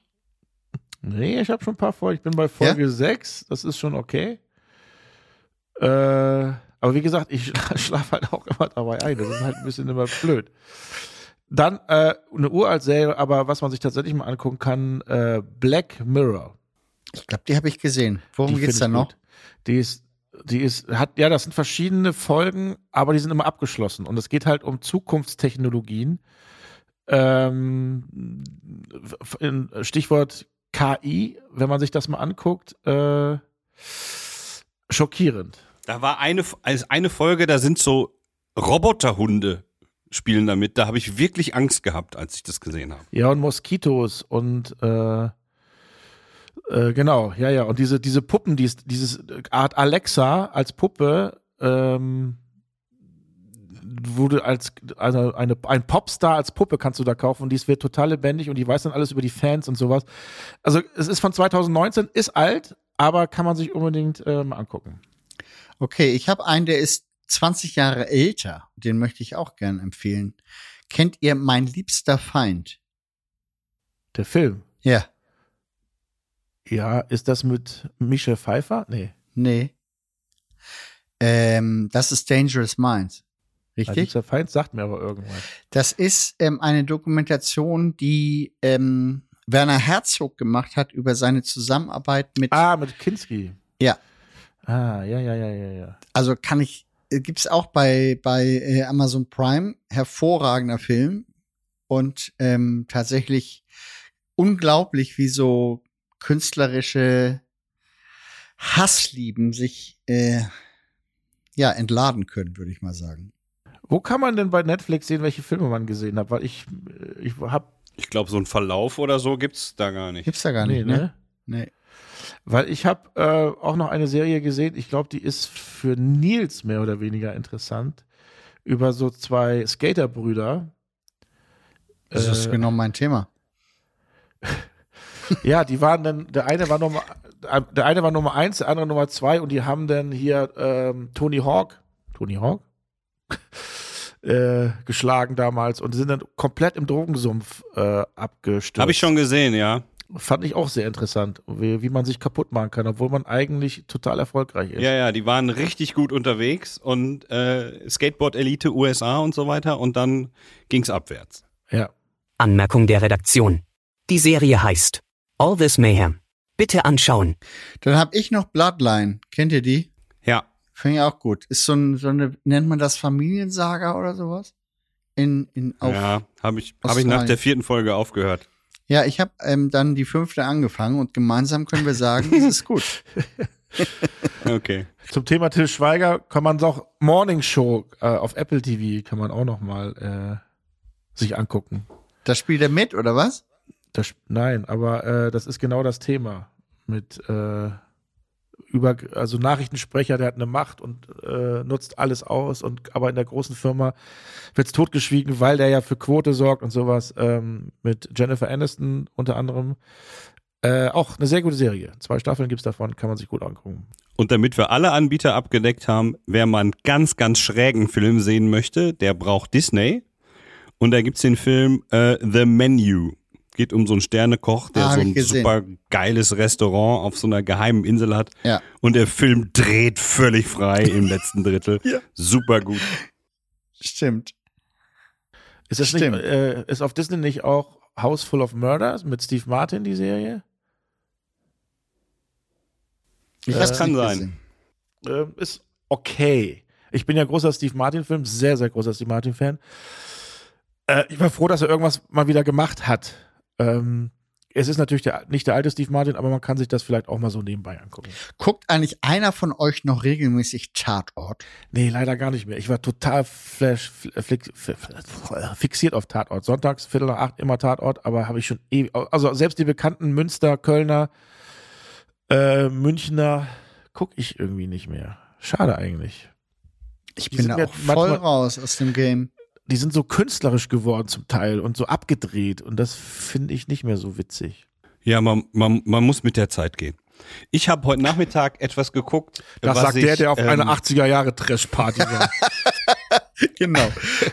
nee, ich habe schon ein paar Folgen. Ich bin bei Folge sechs. 6. Das ist schon okay. Äh, aber wie gesagt, ich [LAUGHS] schlafe halt auch immer dabei ein. Das ist halt ein bisschen immer blöd. Dann äh, eine uralt Serie, aber was man sich tatsächlich mal angucken kann, äh, Black Mirror.
Ich glaube, die habe ich gesehen. Worum
Die
geht's da
find ich
noch?
gut. Die ist, die ist, hat, ja, das sind verschiedene Folgen, aber die sind immer abgeschlossen. Und es geht halt um Zukunftstechnologien. Ähm, f- in, Stichwort KI, wenn man sich das mal anguckt, äh, schockierend.
Da war eine, also eine Folge, da sind so Roboterhunde spielen damit. Da habe ich wirklich Angst gehabt, als ich das gesehen habe.
Ja, und Moskitos und äh, äh, genau, ja, ja. Und diese, diese Puppen, die ist, dieses äh, Art Alexa als Puppe, ähm, wurde als also eine, ein Popstar als Puppe kannst du da kaufen und die ist wird total lebendig und die weiß dann alles über die Fans und sowas. Also es ist von 2019, ist alt, aber kann man sich unbedingt äh, mal angucken.
Okay, ich habe einen, der ist 20 Jahre älter. Den möchte ich auch gern empfehlen. Kennt ihr Mein liebster Feind?
Der Film.
Ja.
Ja, ist das mit Michelle Pfeiffer? Nee.
Nee. Ähm, das ist Dangerous Minds.
Mein
Richtig?
liebster Feind sagt mir aber irgendwas.
Das ist ähm, eine Dokumentation, die ähm, Werner Herzog gemacht hat über seine Zusammenarbeit mit.
Ah, mit Kinski.
Ja.
Ah, ja, ja, ja, ja, ja.
Also kann ich, äh, gibt's auch bei, bei äh, Amazon Prime, hervorragender Film und ähm, tatsächlich unglaublich, wie so künstlerische Hasslieben sich äh, ja entladen können, würde ich mal sagen.
Wo kann man denn bei Netflix sehen, welche Filme man gesehen hat? Weil ich, äh, ich hab,
Ich glaube, so einen Verlauf oder so gibt's da gar nicht.
Gibt's da gar
nee,
nicht, ne?
ne?
Nee.
Weil ich hab äh, auch noch eine Serie gesehen, ich glaube, die ist für Nils mehr oder weniger interessant, über so zwei Skaterbrüder.
Das ist
Äh,
genau mein Thema.
Ja, die waren dann, der eine war Nummer, der eine war Nummer eins, der andere Nummer zwei und die haben dann hier ähm, Tony Hawk, Tony Hawk, [LAUGHS] äh, geschlagen damals und sind dann komplett im Drogensumpf äh, abgestürzt.
Habe ich schon gesehen, ja.
Fand ich auch sehr interessant, wie, wie man sich kaputt machen kann, obwohl man eigentlich total erfolgreich ist.
Ja, ja, die waren richtig gut unterwegs und äh, Skateboard-Elite USA und so weiter und dann ging's abwärts.
ja.
Anmerkung der Redaktion. Die Serie heißt All This Mayhem. Bitte anschauen.
Dann habe ich noch Bloodline. Kennt ihr die?
Ja,
Finde ich auch gut. Ist so, ein, so eine, nennt man das Familiensaga oder sowas? In, in auf,
ja, habe ich, hab ich nach
Australien.
der vierten Folge aufgehört.
Ja, ich habe ähm, dann die fünfte angefangen und gemeinsam können wir sagen, es ist [LAUGHS] gut.
Okay.
Zum Thema Till Schweiger kann man auch Morning Show äh, auf Apple TV kann man auch noch mal äh, sich angucken.
Da spielt er mit, oder was?
Das, nein, aber äh, das ist genau das Thema mit äh, über, also Nachrichtensprecher, der hat eine Macht und äh, nutzt alles aus und aber in der großen Firma wird's totgeschwiegen, weil der ja für Quote sorgt und sowas. Ähm, mit Jennifer Aniston unter anderem. Äh, auch eine sehr gute Serie. Zwei Staffeln gibt's davon, kann man sich gut angucken.
Und damit wir alle Anbieter abgedeckt haben, wer mal einen ganz, ganz schrägen Film sehen möchte, der braucht Disney. Und da gibt's den Film äh, The Menu. Geht um so einen Sternekoch, der
Ah, hab
so
ich
ein
gesehen.
super geiles Restaurant auf so einer geheimen Insel hat.
Ja.
Und der Film dreht völlig frei im letzten Drittel.
Ja.
Super gut.
Stimmt.
Ist das nicht,
Stimmt.
äh, ist auf Disney nicht auch House Full of Murders mit Steve Martin, die Serie?
Ich
Das
hab's
kann
nicht
sein.
gesehen.
Ähm, ist okay. Ich bin ja großer Steve Martin-Film, sehr, sehr großer Steve Martin-Fan. Äh, ich war froh, dass er irgendwas mal wieder gemacht hat. Ähm, es ist natürlich der, nicht der alte Steve Martin, aber man kann sich das vielleicht auch mal so nebenbei angucken.
Guckt eigentlich einer von euch noch regelmäßig Tatort?
Nee, leider gar nicht mehr. Ich war total flash, flick, fixiert auf Tatort. Sonntags, Viertel nach acht, immer Tatort, aber habe ich schon ewig. Also selbst die bekannten Münster, Kölner, äh, Münchner gucke ich irgendwie nicht mehr. Schade eigentlich.
Ich
Die
bin
sind
da
mir
auch voll
manchmal-
raus aus dem Game.
die sind so künstlerisch geworden zum Teil und so abgedreht und das finde ich nicht mehr so witzig.
Ja, man, man, man muss mit der Zeit gehen. Ich habe heute Nachmittag etwas geguckt.
Das
was
sagt
ich,
der, der auf
ähm,
einer 80er Jahre Trash Party war.
[LAUGHS] Genau.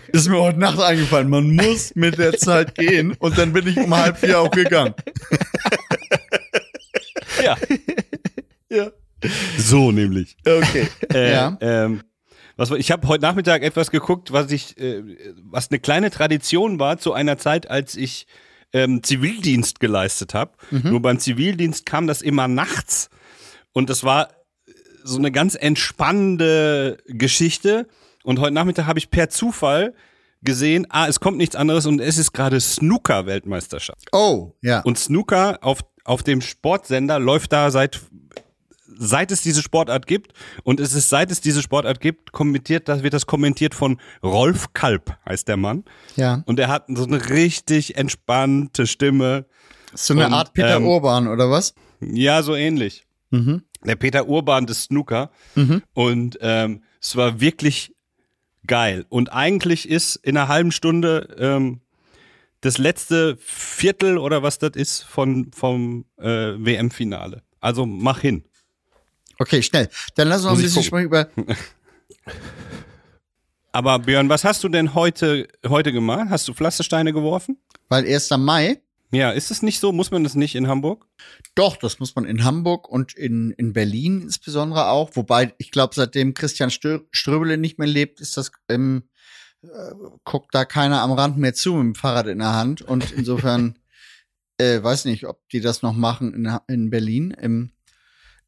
Ist mir heute Nacht eingefallen. Man muss mit der Zeit gehen. Und dann bin ich um halb vier auch gegangen.
[LAUGHS]
[LAUGHS]
Ja. ja. So nämlich.
Okay.
Äh,
Ja.
ähm, was, war- ich habe heute Nachmittag etwas geguckt, was ich, äh, was eine kleine Tradition war zu einer Zeit, als ich ähm, Zivildienst geleistet habe. Nur beim Zivildienst kam das immer nachts und das war so eine ganz entspannende Geschichte. Und heute Nachmittag habe ich per Zufall gesehen, ah, es kommt nichts anderes und es ist gerade Snooker-Weltmeisterschaft.
Oh, ja.
Und Snooker auf, auf dem Sportsender läuft da seit, seit es diese Sportart gibt. Und es ist, seit es diese Sportart gibt, kommentiert, das wird das kommentiert von Rolf Kalb, heißt der Mann.
ja.
Und er hat so eine richtig entspannte Stimme.
So eine
und,
Art Peter
ähm,
Urban, oder was?
Ja, so ähnlich.
Mhm.
Der Peter Urban des Snooker. Und ähm, es war wirklich geil. Und eigentlich ist in einer halben Stunde ähm, das letzte Viertel oder was das ist von, vom äh, WM-Finale. Also mach hin.
Okay, schnell. Dann lass uns noch ein
Muss ich
bisschen sprechen über.
Aber Björn, was hast du denn heute, heute gemacht? Hast du Pflastersteine geworfen?
Weil 1. Mai.
Ja, ist es nicht so? Muss man das nicht in Hamburg?
Doch, das muss man in Hamburg und in, in Berlin insbesondere auch. Wobei, ich glaube, seitdem Christian Stö Ströbele nicht mehr lebt, ist das, ähm, äh, guckt da keiner am Rand mehr zu mit dem Fahrrad in der Hand. Und
[LAUGHS]
insofern, äh, weiß nicht, ob die das noch machen in, Ha- in Berlin. Im,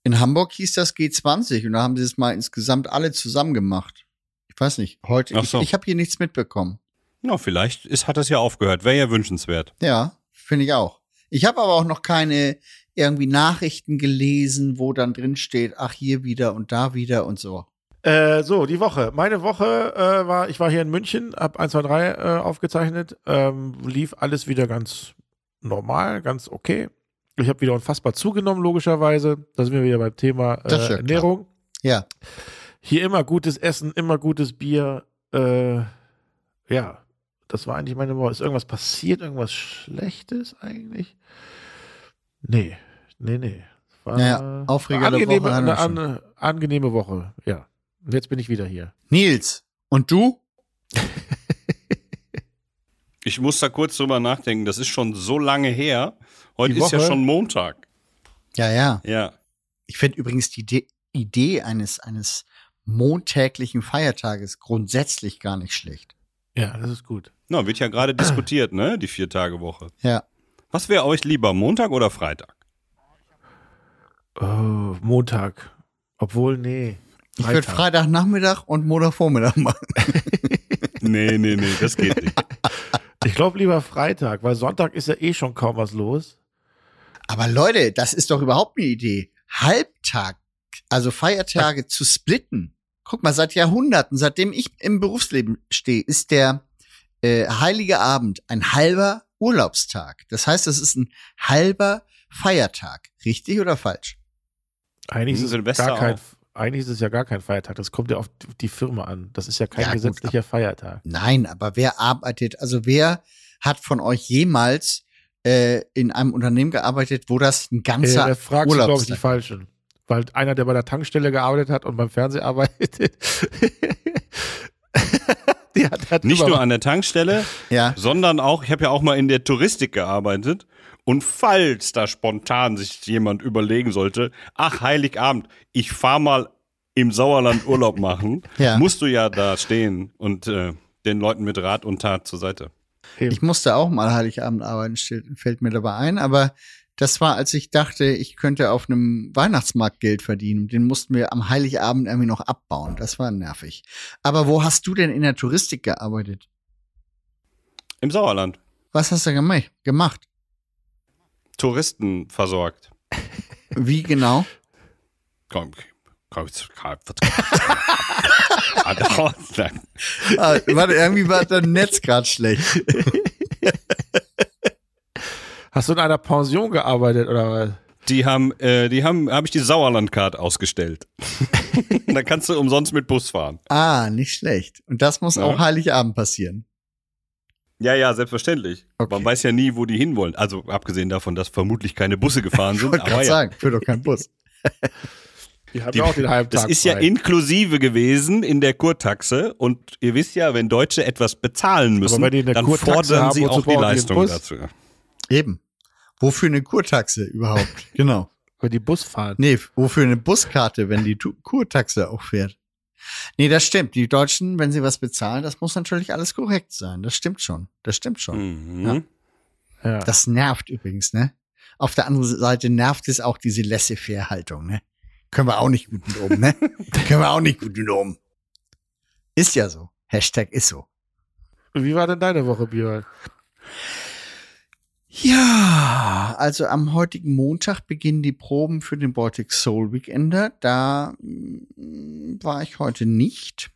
in Hamburg hieß das G20 und da haben sie es mal insgesamt alle zusammen gemacht. Ich weiß nicht, heute,
Ach so.
ich, ich habe hier nichts mitbekommen.
Na, vielleicht ist, hat das ja aufgehört. Wäre ja wünschenswert.
Ja, finde ich auch. Ich habe aber auch noch keine irgendwie Nachrichten gelesen, wo dann drin steht, ach hier wieder und da wieder und so.
[LAUGHS] äh, so, die Woche. Meine Woche äh, war, ich war hier in München, hab 1, 2, 3 äh, aufgezeichnet, ähm, lief alles wieder ganz normal, ganz okay. Ich habe wieder unfassbar zugenommen, logischerweise. Da sind wir wieder beim Thema
Das ist ja
äh,
klar.
Ernährung.
Ja,
Hier immer gutes Essen, immer gutes Bier. Äh, ja, das war eigentlich meine Woche. Ist irgendwas passiert? Irgendwas Schlechtes eigentlich? Nee, nee, nee. War
Naja, aufregende
eine Äh, angenehme,
Woche hatten wir
eine, an, angenehme Woche, ja. Und jetzt bin ich wieder hier.
Nils, und du?
Ich muss da kurz drüber nachdenken. Das ist schon so lange her. Heute
Die
ist ja
Woche?
schon Montag.
Ja, ja.
Ja.
Ich finde übrigens die Idee- Idee eines, eines montäglichen Feiertages grundsätzlich gar nicht schlecht.
Ja, das ist gut.
Na, wird ja
Ah.
gerade diskutiert, ne? Die Vier-Tage-Woche.
Ja.
Was wäre euch lieber, Montag oder Freitag?
Oh, Montag. Obwohl, nee.
Ich würde Freitagnachmittag und Montagvormittag [LAUGHS] machen.
Nee, nee, nee, das geht
[LAUGHS]
nicht.
Ich glaube lieber Freitag, weil Sonntag ist ja eh schon kaum was los.
Aber Leute, das ist doch überhaupt eine Idee. Halbtag, also Feiertage zu splitten. Guck mal, seit Jahrhunderten, seitdem ich im Berufsleben stehe, ist der äh, Heilige Abend ein halber Urlaubstag. Das heißt, das ist ein halber Feiertag. Richtig oder falsch?
Eigentlich
Hm,
ist, es
Silvester
gar kein,
auch.
eigentlich ist es ja gar kein Feiertag. Das kommt ja auf die Firma an. Das ist ja kein
Ja, gut,
gesetzlicher Feiertag.
Nein, aber wer arbeitet, also wer hat von euch jemals äh, in einem Unternehmen gearbeitet, wo das ein
Äh,
ganzer
da fragst du,
Urlaub
glaube ich, die
sein-
Falschen. Weil einer, der bei der Tankstelle gearbeitet hat und beim Fernsehen arbeitet, [LAUGHS] der hat, hat
Nicht
immer-
nur an der Tankstelle,
Ja,
sondern auch, ich habe ja auch mal in der Touristik gearbeitet. Und falls da spontan sich jemand überlegen sollte, ach, Heiligabend, ich fahr mal im Sauerland Urlaub
[LAUGHS]
machen,
Ja.
musst du ja da stehen und äh, den Leuten mit Rat und Tat zur Seite.
ich musste auch mal Heiligabend arbeiten, still- fällt mir dabei ein, aber das war, als ich dachte, ich könnte auf einem Weihnachtsmarkt Geld verdienen. Den mussten wir am Heiligabend irgendwie noch abbauen. Das war nervig. Aber wo hast du denn in der Touristik gearbeitet?
Im Sauerland.
Was hast du gemei- gemacht?
Touristen versorgt.
Wie
[LAUGHS]
genau?
Komm, komm, jetzt- komm, jetzt- Nein.
Ah, warte, irgendwie war dein Netz gerade schlecht.
Hast du in einer Pension gearbeitet oder was?
Die haben, äh, die haben, habe ich die Sauerlandcard ausgestellt. [LAUGHS] da kannst du umsonst mit Bus fahren.
Ah, nicht schlecht. Und das muss
Ja.
auch Heiligabend passieren.
Ja, ja, selbstverständlich.
Okay.
Man weiß ja nie, wo die hinwollen. Also abgesehen davon, dass vermutlich keine
[LAUGHS]
Busse gefahren
Ich
sind.
wollte
Aber
gerade
ja,
sagen, für doch keinen Bus.
Die haben
Die-
ja auch den halben
das
Tag
ist ja
frei.
inklusive gewesen in der Kurtaxe. Und ihr wisst ja, wenn Deutsche etwas bezahlen müssen,
wenn die eine
dann
Kurtaxe
fordern
haben,
sie
wozu
auch die
brauchen die den
Leistung
Bus?
dazu.
Eben. Wofür eine Kurtaxe überhaupt?
[LAUGHS]
genau.
Wenn die Bus fahren.
Nee, wofür eine Buskarte, wenn die Tu- Kurtaxe auch fährt? Nee, das stimmt. Die Deutschen, wenn sie was bezahlen, das muss natürlich alles korrekt sein. Das stimmt schon. Das stimmt schon.
Mhm.
Ja.
Ja.
Das nervt übrigens, ne? Auf der anderen Seite nervt es auch diese Laissez-faire-Haltung, ne? Können wir auch nicht gut mit um, ne? Können wir auch nicht gut mit um. Ist ja so. Hashtag ist so.
Wie war denn deine Woche, Björn?
Ja, also am heutigen Montag beginnen die Proben für den Baltic Soul Weekender. Da mm, war ich heute nicht.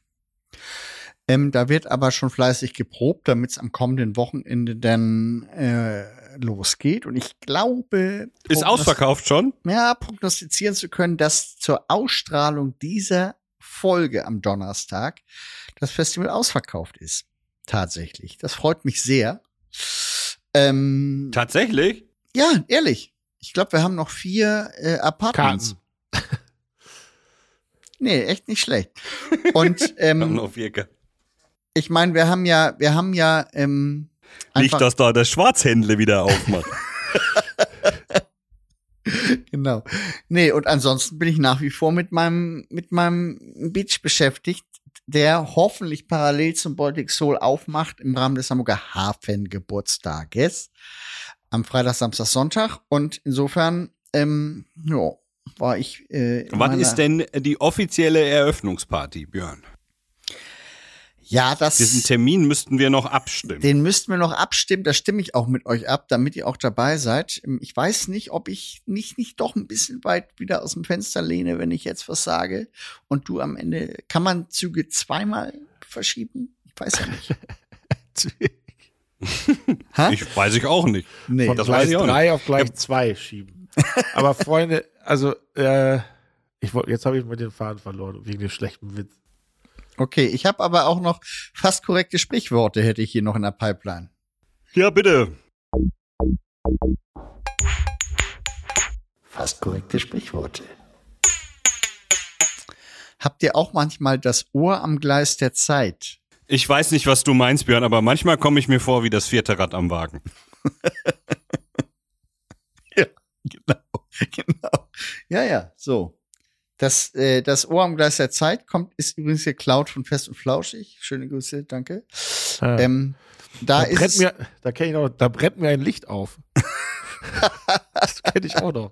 Ähm, da wird aber schon fleißig geprobt, damit es am kommenden Wochenende dann äh, losgeht. Und ich glaube,
Ist
prognos-
ausverkauft schon?
Ja, prognostizieren zu können, dass zur Ausstrahlung dieser Folge am Donnerstag das Festival ausverkauft ist. Tatsächlich. Das freut mich sehr. Ähm,
Tatsächlich?
ja, ehrlich. Ich glaube, wir haben noch vier äh, Apartments.
Karten.
[LAUGHS] Nee, echt nicht schlecht. Und
[LAUGHS] Haben
ähm,
noch vier Ge-
ich meine, wir haben ja, wir haben ja ähm,
Nicht, dass da der Schwarzhändler wieder aufmacht.
genau. Nee, und ansonsten bin ich nach wie vor mit meinem, mit meinem Beach beschäftigt, der hoffentlich parallel zum Baltic Soul aufmacht im Rahmen des Hamburger Hafengeburtstages. Am Freitag, Samstag, Sonntag. Und insofern, ähm, ja, war ich. Äh, in
[LAUGHS] Wann
meiner-
ist denn die offizielle Eröffnungsparty, Björn?
Ja, das.
Diesen Termin müssten wir noch abstimmen.
Den müssten wir noch abstimmen. Da stimme ich auch mit euch ab, damit ihr auch dabei seid. Ähm, Ich weiß nicht, ob ich nicht, nicht doch ein bisschen weit wieder aus dem Fenster lehne, wenn ich jetzt was sage. Und du am Ende, kann man Züge zweimal verschieben? Ich weiß ja nicht. Hä?
Ich weiß ich auch nicht.
Nee.
Von
das
Gleis
weiß ich auch
3 auf Gleis 2 schieben. Aber Freunde, also, äh, ich wollt, jetzt habe ich mir den Faden verloren, wegen dem schlechten Witz.
Okay, ich habe aber auch noch fast korrekte Sprichworte, hätte ich hier noch in der Pipeline.
Ja, bitte.
Fast korrekte Sprichworte. Habt ihr auch manchmal das Ohr am Gleis der Zeit?
Ich weiß nicht, was du meinst, Björn, aber manchmal komme ich mir vor wie das vierte Rad am Wagen.
[LAUGHS] genau, genau. Ja, ja, so. Das, äh, das Ohr am Gleis der Zeit kommt, ist übrigens geklaut von Fest und Flauschig. Schöne Grüße, danke.
Ja.
Ähm, da,
da
ist
brennt
es-
mir, da kenn ich noch, da brennt mir ein
[LAUGHS]
Licht auf. das kenne ich auch noch.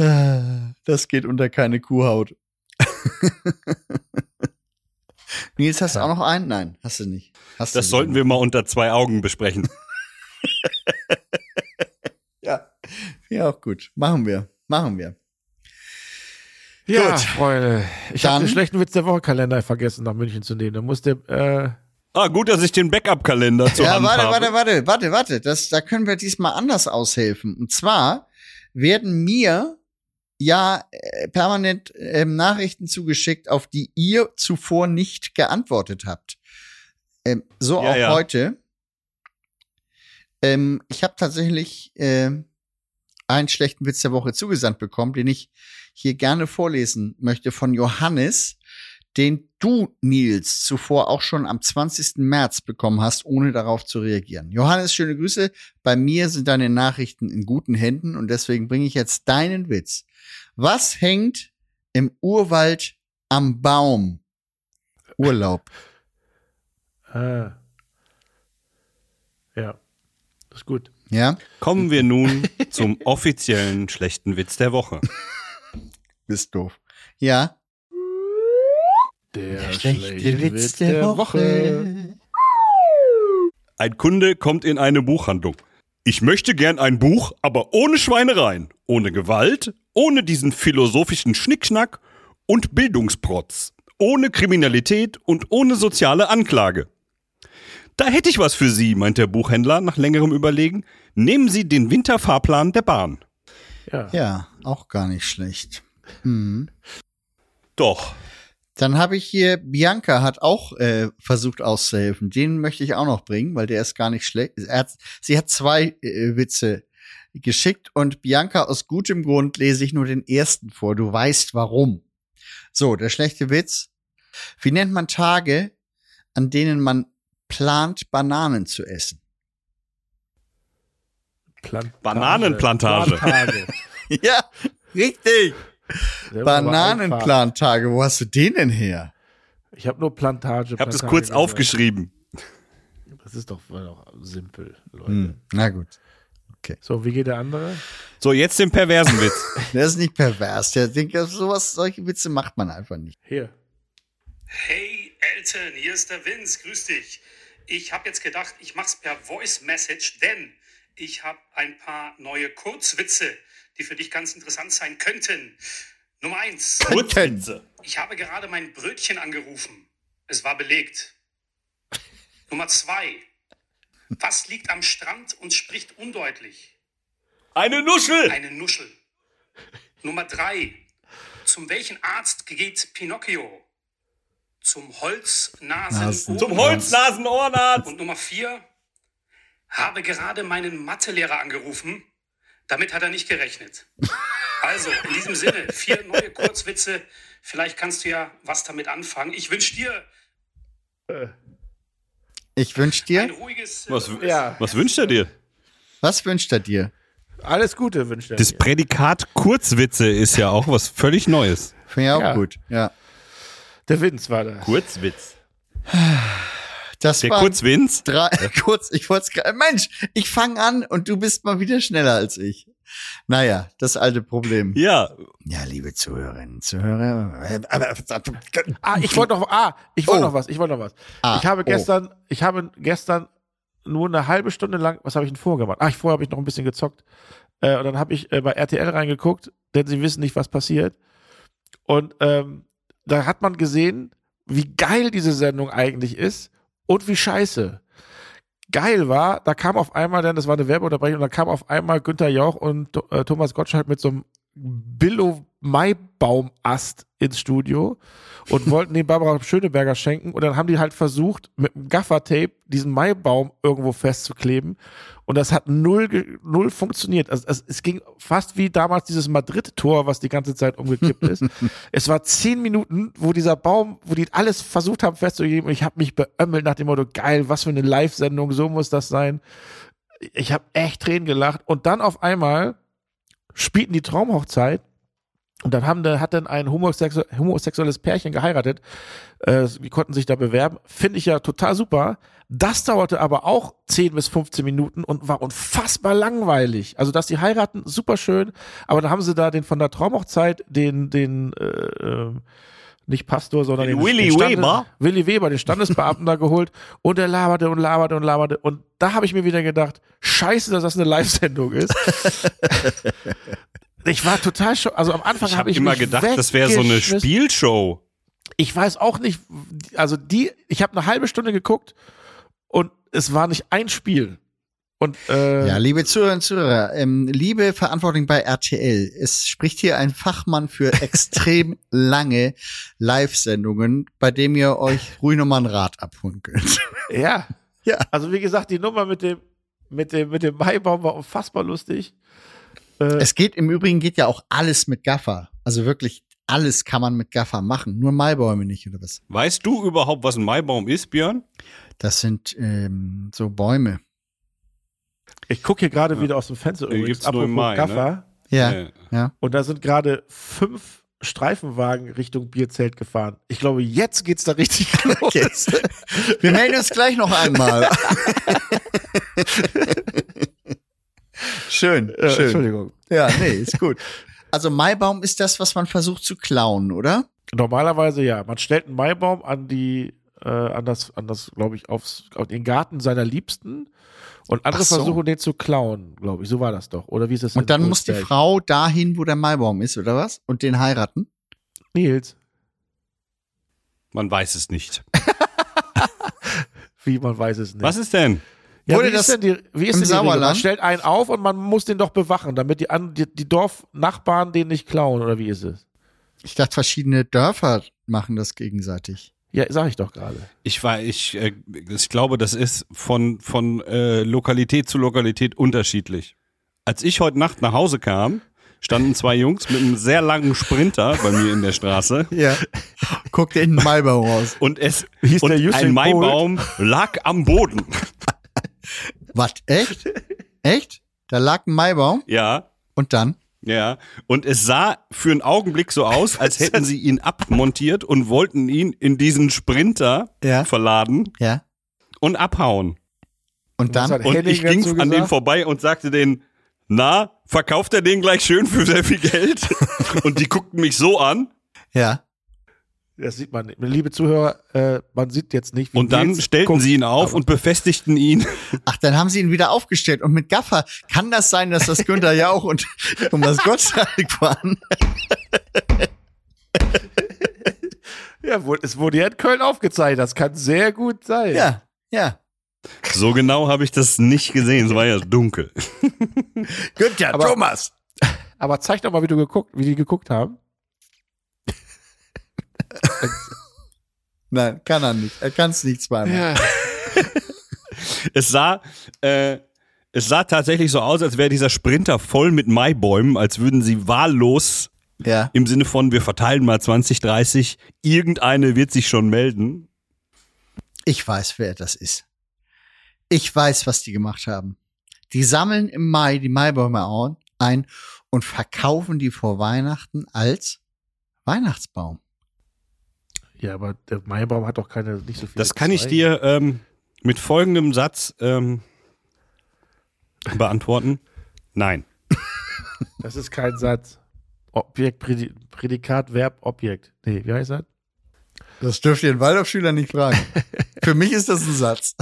Ah, das geht unter keine Kuhhaut. [LAUGHS] Nils, hast du auch noch einen? Nein, hast du nicht. Hast du
Das
nicht.
sollten wir mal unter zwei Augen
[LAUGHS]
besprechen.
Ja. ja, auch gut. Machen wir. Machen wir.
Ja,
Gut.
Freunde. Ich
Dann-
habe den schlechten Witz der Wochenkalender vergessen, nach München zu nehmen. Da muss der, äh,
Ah, gut, dass ich den Backup-Kalender zur
ja,
Hand
warte,
habe.
warte, warte, warte, warte. Das, da können wir diesmal anders aushelfen. Und zwar werden mir ja äh, permanent ähm, Nachrichten zugeschickt, auf die ihr zuvor nicht geantwortet habt. Ähm, so
Ja,
auch
ja.
heute. Ähm, ich habe tatsächlich ähm, einen schlechten Witz der Woche zugesandt bekommen, den ich hier gerne vorlesen möchte von Johannes, den du, Nils, zuvor auch schon am 20. März bekommen hast, ohne darauf zu reagieren. Johannes, schöne Grüße. Bei mir sind deine Nachrichten in guten Händen und deswegen bringe ich jetzt deinen Witz. Was hängt im Urwald am Baum? Urlaub.
Ah. Ja, ist gut.
Ja?
Kommen
[LAUGHS]
wir nun zum offiziellen schlechten Witz der Woche.
Bist doof. Ja.
Der,
Ein Kunde kommt in eine Buchhandlung. Ich möchte gern ein Buch, aber ohne Schweinereien, ohne Gewalt, ohne diesen philosophischen Schnickschnack und Bildungsprotz, ohne Kriminalität und ohne soziale Anklage. Da hätte ich was für Sie, meint der Buchhändler nach längerem Überlegen. Nehmen Sie den Winterfahrplan der Bahn.
Ja.
Ja, auch gar nicht schlecht. Hm.
Doch,
Dann habe ich hier, Bianca hat auch äh, versucht auszuhelfen. Den möchte ich auch noch bringen, weil der ist gar nicht schlecht. Er hat, sie hat zwei äh, Witze geschickt und Bianca, aus gutem Grund lese ich nur den ersten vor. Du weißt warum. So, der schlechte Witz. Wie nennt man Tage, an denen man plant, Bananen zu essen?
Plan-
[LAUGHS]
Bananenplantage.
Plantage.
[LAUGHS] ja, richtig.
Selber aber
Bananenplantage. Wo hast du den denn her?
einfahren. Ich habe nur Plantage.
ich habe das
Plantage
kurz
gesagt.
aufgeschrieben.
Das ist doch, war doch simpel, Leute.
Hm, na gut.
So, wie geht der andere?
So, jetzt den perversen Witz.
Der ist nicht pervers. Der denkt, sowas, solche Witze macht man einfach nicht.
Hier.
Hey Elton, hier ist der Vince, grüß dich. Ich habe jetzt gedacht, ich mache es per Voice Message, denn ich habe ein paar neue Kurzwitze, die für dich ganz interessant sein könnten. Nummer eins:
Kurzwitze.
Ich habe gerade mein Brötchen angerufen. Es war belegt. Nummer zwei: Was liegt am Strand und spricht undeutlich?
[LAUGHS] Eine Nuschel.
Eine Nuschel. Nummer drei. Zum welchen Arzt geht Pinocchio? Zum Holznasen.
Nasen.
Zum Holznasenohrenarzt.
Und Nummer vier. Habe gerade meinen Mathelehrer angerufen. Damit hat er nicht gerechnet. Also, in diesem Sinne, vier neue Kurzwitze. Vielleicht kannst du ja was damit anfangen. Ich wünsche dir
Ich wünsch
ein
dir,
ruhiges.
Was,
Ja.
was wünscht er dir?
was wünscht er dir?
Alles Gute wünscht er
Das
dir.
Prädikat Kurzwitze ist ja auch was völlig Neues.
Finde ich auch
Ja.
gut. Ja.
Der Vince war das.
Kurzwitz.
Das
Der
war
Kurzwitz?
drei, [LAUGHS] kurz, ich wollte es gerade, Mensch, ich fange an und du bist mal wieder schneller als ich. Naja, das alte Problem.
Ja.
Ja, liebe Zuhörerinnen, Zuhörer. äh, aber-
Ah, ich wollte noch, ah, ich wollte
Oh.
noch was, ich wollte noch was.
Ah,
ich habe
oh.
gestern, ich habe gestern nur eine halbe Stunde lang, was habe ich denn vorgemacht? Ach, ich, vorher habe ich noch ein bisschen gezockt. Äh, und dann habe ich äh, bei RTL reingeguckt, denn sie wissen nicht, was passiert. Und ähm, da hat man gesehen, wie geil diese Sendung eigentlich ist und wie scheiße. Geil war, da kam auf einmal, denn das war eine Werbeunterbrechung, und da kam auf einmal Günther Jauch und äh, Thomas Gottschalk mit so einem Billo-Maibaumast ins Studio und wollten den Barbara Schöneberger schenken. Und dann haben die halt versucht, mit einem Gaffertape diesen Maibaum irgendwo festzukleben. Und das hat null, ge- null funktioniert. Also es, es ging fast wie damals dieses Madrid-Tor, was die ganze Zeit umgekippt ist. es war zehn Minuten, wo dieser Baum, wo die alles versucht haben festzugeben. Und ich habe mich beömmelt nach dem Motto, geil, was für eine Live-Sendung, so muss das sein. Ich habe echt Tränen gelacht. Und dann auf einmal spielten die Traumhochzeit. Und dann haben, da- hat dann ein homosexu homosexuelles Pärchen geheiratet. Äh, die konnten sich da bewerben. Finde ich ja total super. Das dauerte aber auch 10 bis 15 Minuten und war unfassbar langweilig. Also, dass die heiraten, super schön. Aber dann haben sie da den von der Traumhochzeit, den, den, äh, äh, nicht Pastor, sondern
Den Willy Weber.
Willy Weber, den Standesbeamten da geholt. Und er laberte und laberte und laberte. Und da habe ich mir wieder gedacht, scheiße, dass das eine Live-Sendung ist. Ich war total schon, also am Anfang
Ich
habe
habe
ich
immer
mich
gedacht, das wäre so eine
weggeschmissen.
Spielshow.
Ich weiß auch nicht, also die, ich habe eine halbe Stunde geguckt und es war nicht ein Spiel. Und äh,
Ja, liebe Zuhörerinnen und Zuhörer, ähm, liebe Verantwortung bei RTL, es spricht hier ein Fachmann
[LAUGHS]
für extrem lange Live-Sendungen, bei dem ihr euch ruhig nochmal einen Rat abholen könnt.
Ja.
Ja.
Also wie gesagt, die Nummer mit dem mit dem mit dem Maibaum war unfassbar lustig. Äh,
[LAUGHS] Es geht im Übrigen geht ja auch alles mit Gaffer. Also wirklich alles kann man mit Gaffer machen, nur Maibäume nicht oder was?
Weißt du überhaupt, was ein Maibaum ist, Björn?
Das sind ähm, so Bäume.
ich gucke hier gerade wieder aus dem Fenster
Die
übrigens,
gibt's nur im Mai, ne?
Gaffer.
Ja,
Äh,
ja.
Und da sind gerade fünf Streifenwagen Richtung Bierzelt gefahren. Ich glaube, jetzt geht's da richtig [LAUGHS] los.
Jetzt. Wir melden uns gleich noch [LAUGHS] einmal. schön,
Äh, Entschuldigung.
Ja, nee, ist gut. Also Maibaum ist das, was man versucht zu klauen, oder?
Normalerweise ja. Man stellt einen Maibaum an die, äh, an das, an das, glaube ich, aufs, auf den Garten seiner Liebsten. Und andere
Ach so.
versuchen den zu klauen, glaube ich. So war das doch. Oder wie ist das? in
Und dann muss die
Ulsberg?
Frau dahin, wo der Maibaum ist, oder was? Und den heiraten?
Nils,
Man weiß es nicht.
wie man weiß es nicht.
Was ist denn?
Ja,
Wurde
wie ist
das
denn die, wie ist
im
denn die Regel? Man
Sauerland?
stellt einen auf und man muss den doch bewachen, damit die, an, die, die Dorfnachbarn den nicht klauen, oder wie ist es?
Ich dachte, verschiedene Dörfer machen das gegenseitig.
Ja, sag ich doch gerade.
Ich, war, ich, äh, ich glaube, das ist von, von äh, Lokalität zu Lokalität unterschiedlich. Als ich heute Nacht nach Hause kam, standen zwei Jungs mit einem sehr langen Sprinter bei mir in der Straße.
[LAUGHS]
[LAUGHS]
Ja. Guckt in den Maibaum raus.
Und es
Hieß
und
der Usain
ein Maibaum lag am Boden.
Was? [LAUGHS] Echt? Echt? Da lag ein Maibaum
Ja,
und dann?
ja. Und es sah für einen Augenblick so aus, als hätten sie ihn abmontiert und wollten ihn in diesen Sprinter
Ja.
verladen
Ja.
und abhauen.
Und
Was
dann?
hat
Und
Henning
ich ging
dazu
an
gesagt?
dem vorbei und sagte denen, na, verkauft er den gleich schön für sehr viel Geld? und die guckten mich so an
Ja.
Das sieht man nicht. Liebe Zuhörer, äh, man sieht jetzt nicht,
und dann
Nils
stellten
guckt.
sie ihn auf und befestigten ihn.
Ach, dann haben sie ihn wieder aufgestellt. Und mit Gaffer kann das sein, dass das Günther Jauch und Thomas Gottschalk waren.
Ja, wohl, es wurde ja in Köln aufgezeigt. Das kann sehr gut sein.
Ja. Ja.
So genau habe ich das nicht gesehen, es war ja dunkel.
Günther,
Aber-
Thomas.
Aber zeig doch mal, wie du geguckt, wie die geguckt haben.
Nein, kann er nicht. Er kann es nicht zweimal.
Es sah, äh, es sah tatsächlich so aus, als wäre dieser Sprinter voll mit Maibäumen, als würden sie wahllos
Ja.
im Sinne von, wir verteilen mal 20, 30, irgendeine wird sich schon melden.
Ich weiß, wer das ist. Ich weiß, was die gemacht haben. Die sammeln im Mai die Maibäume au- ein und verkaufen die vor Weihnachten als Weihnachtsbaum.
Ja, aber der Maibaum hat doch keine, nicht so viel.
Das kann ich dir ähm, mit folgendem Satz ähm, beantworten. Nein.
Das ist kein Satz. Objekt, Prädi- Prädikat, Verb, Objekt. Nee, wie heißt das?
Das dürft ihr den Waldorfschüler nicht [LAUGHS] fragen. Für mich ist das ein Satz.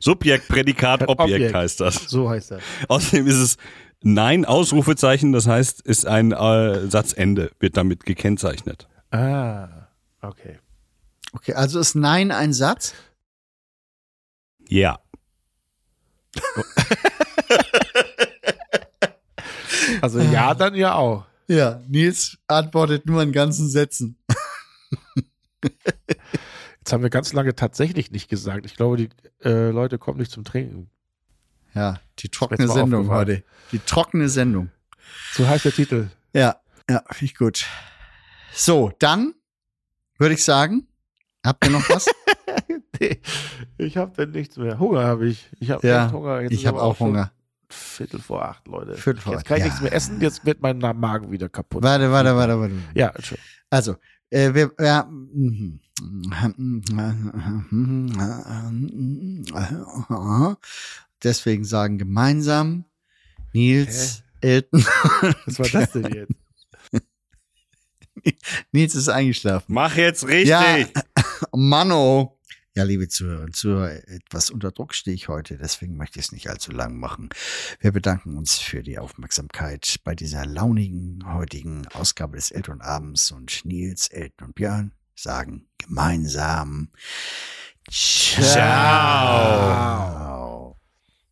Subjekt, Prädikat, Objekt,
Objekt.
heißt das.
So heißt das.
Außerdem ist es Nein, Ausrufezeichen, das heißt, ist ein äh, Satzende, wird damit gekennzeichnet.
Ah, okay.
Okay, also ist Nein ein Satz?
Ja.
Also ja, dann ja auch.
Ja, Nils antwortet nur in ganzen Sätzen.
Jetzt haben wir ganz lange tatsächlich nicht gesagt. Ich glaube, die äh, Leute kommen nicht zum Trinken.
Ja, die
Ist
trockene
mir
Sendung
aufgefallen.
heute. Die trockene Sendung.
So heißt der Titel.
Ja, ja, finde ich gut. So, dann würde ich sagen, habt ihr [LAUGHS] noch was?
Nee, ich habe denn nichts mehr. Hunger habe ich. Ich habe
Ja,
echt Hunger. Jetzt
ich
ist
habe
aber
auch
schon
Hunger.
Viertel vor acht, Leute.
Viertel vor
jetzt
acht,
kann ich
ja.
nichts mehr essen. Jetzt wird mein Magen wieder kaputt.
Warte, warte, warte, warte.
Ja, Entschuldigung.
Also, äh, wir, ja, deswegen sagen gemeinsam Nils, Elton, [LAUGHS]
Was war das denn jetzt?
Nils ist eingeschlafen.
Mach jetzt richtig.
[LAUGHS] Ja. Mano. Ja, liebe Zuhörer und Zuhörer, etwas unter Druck stehe ich heute, deswegen möchte ich es nicht allzu lang machen. Wir bedanken uns für die Aufmerksamkeit bei dieser launigen heutigen Ausgabe des Elton Abends und Nils, Elton und Björn sagen gemeinsam Ciao.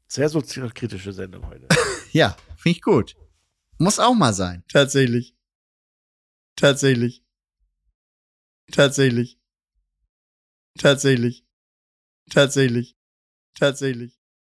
Sehr sozialkritische Sendung heute.
Ja, finde ich gut. Muss auch mal sein. Tatsächlich. Tatsächlich. Tatsächlich. Tatsächlich. Tatsächlich. Tatsächlich.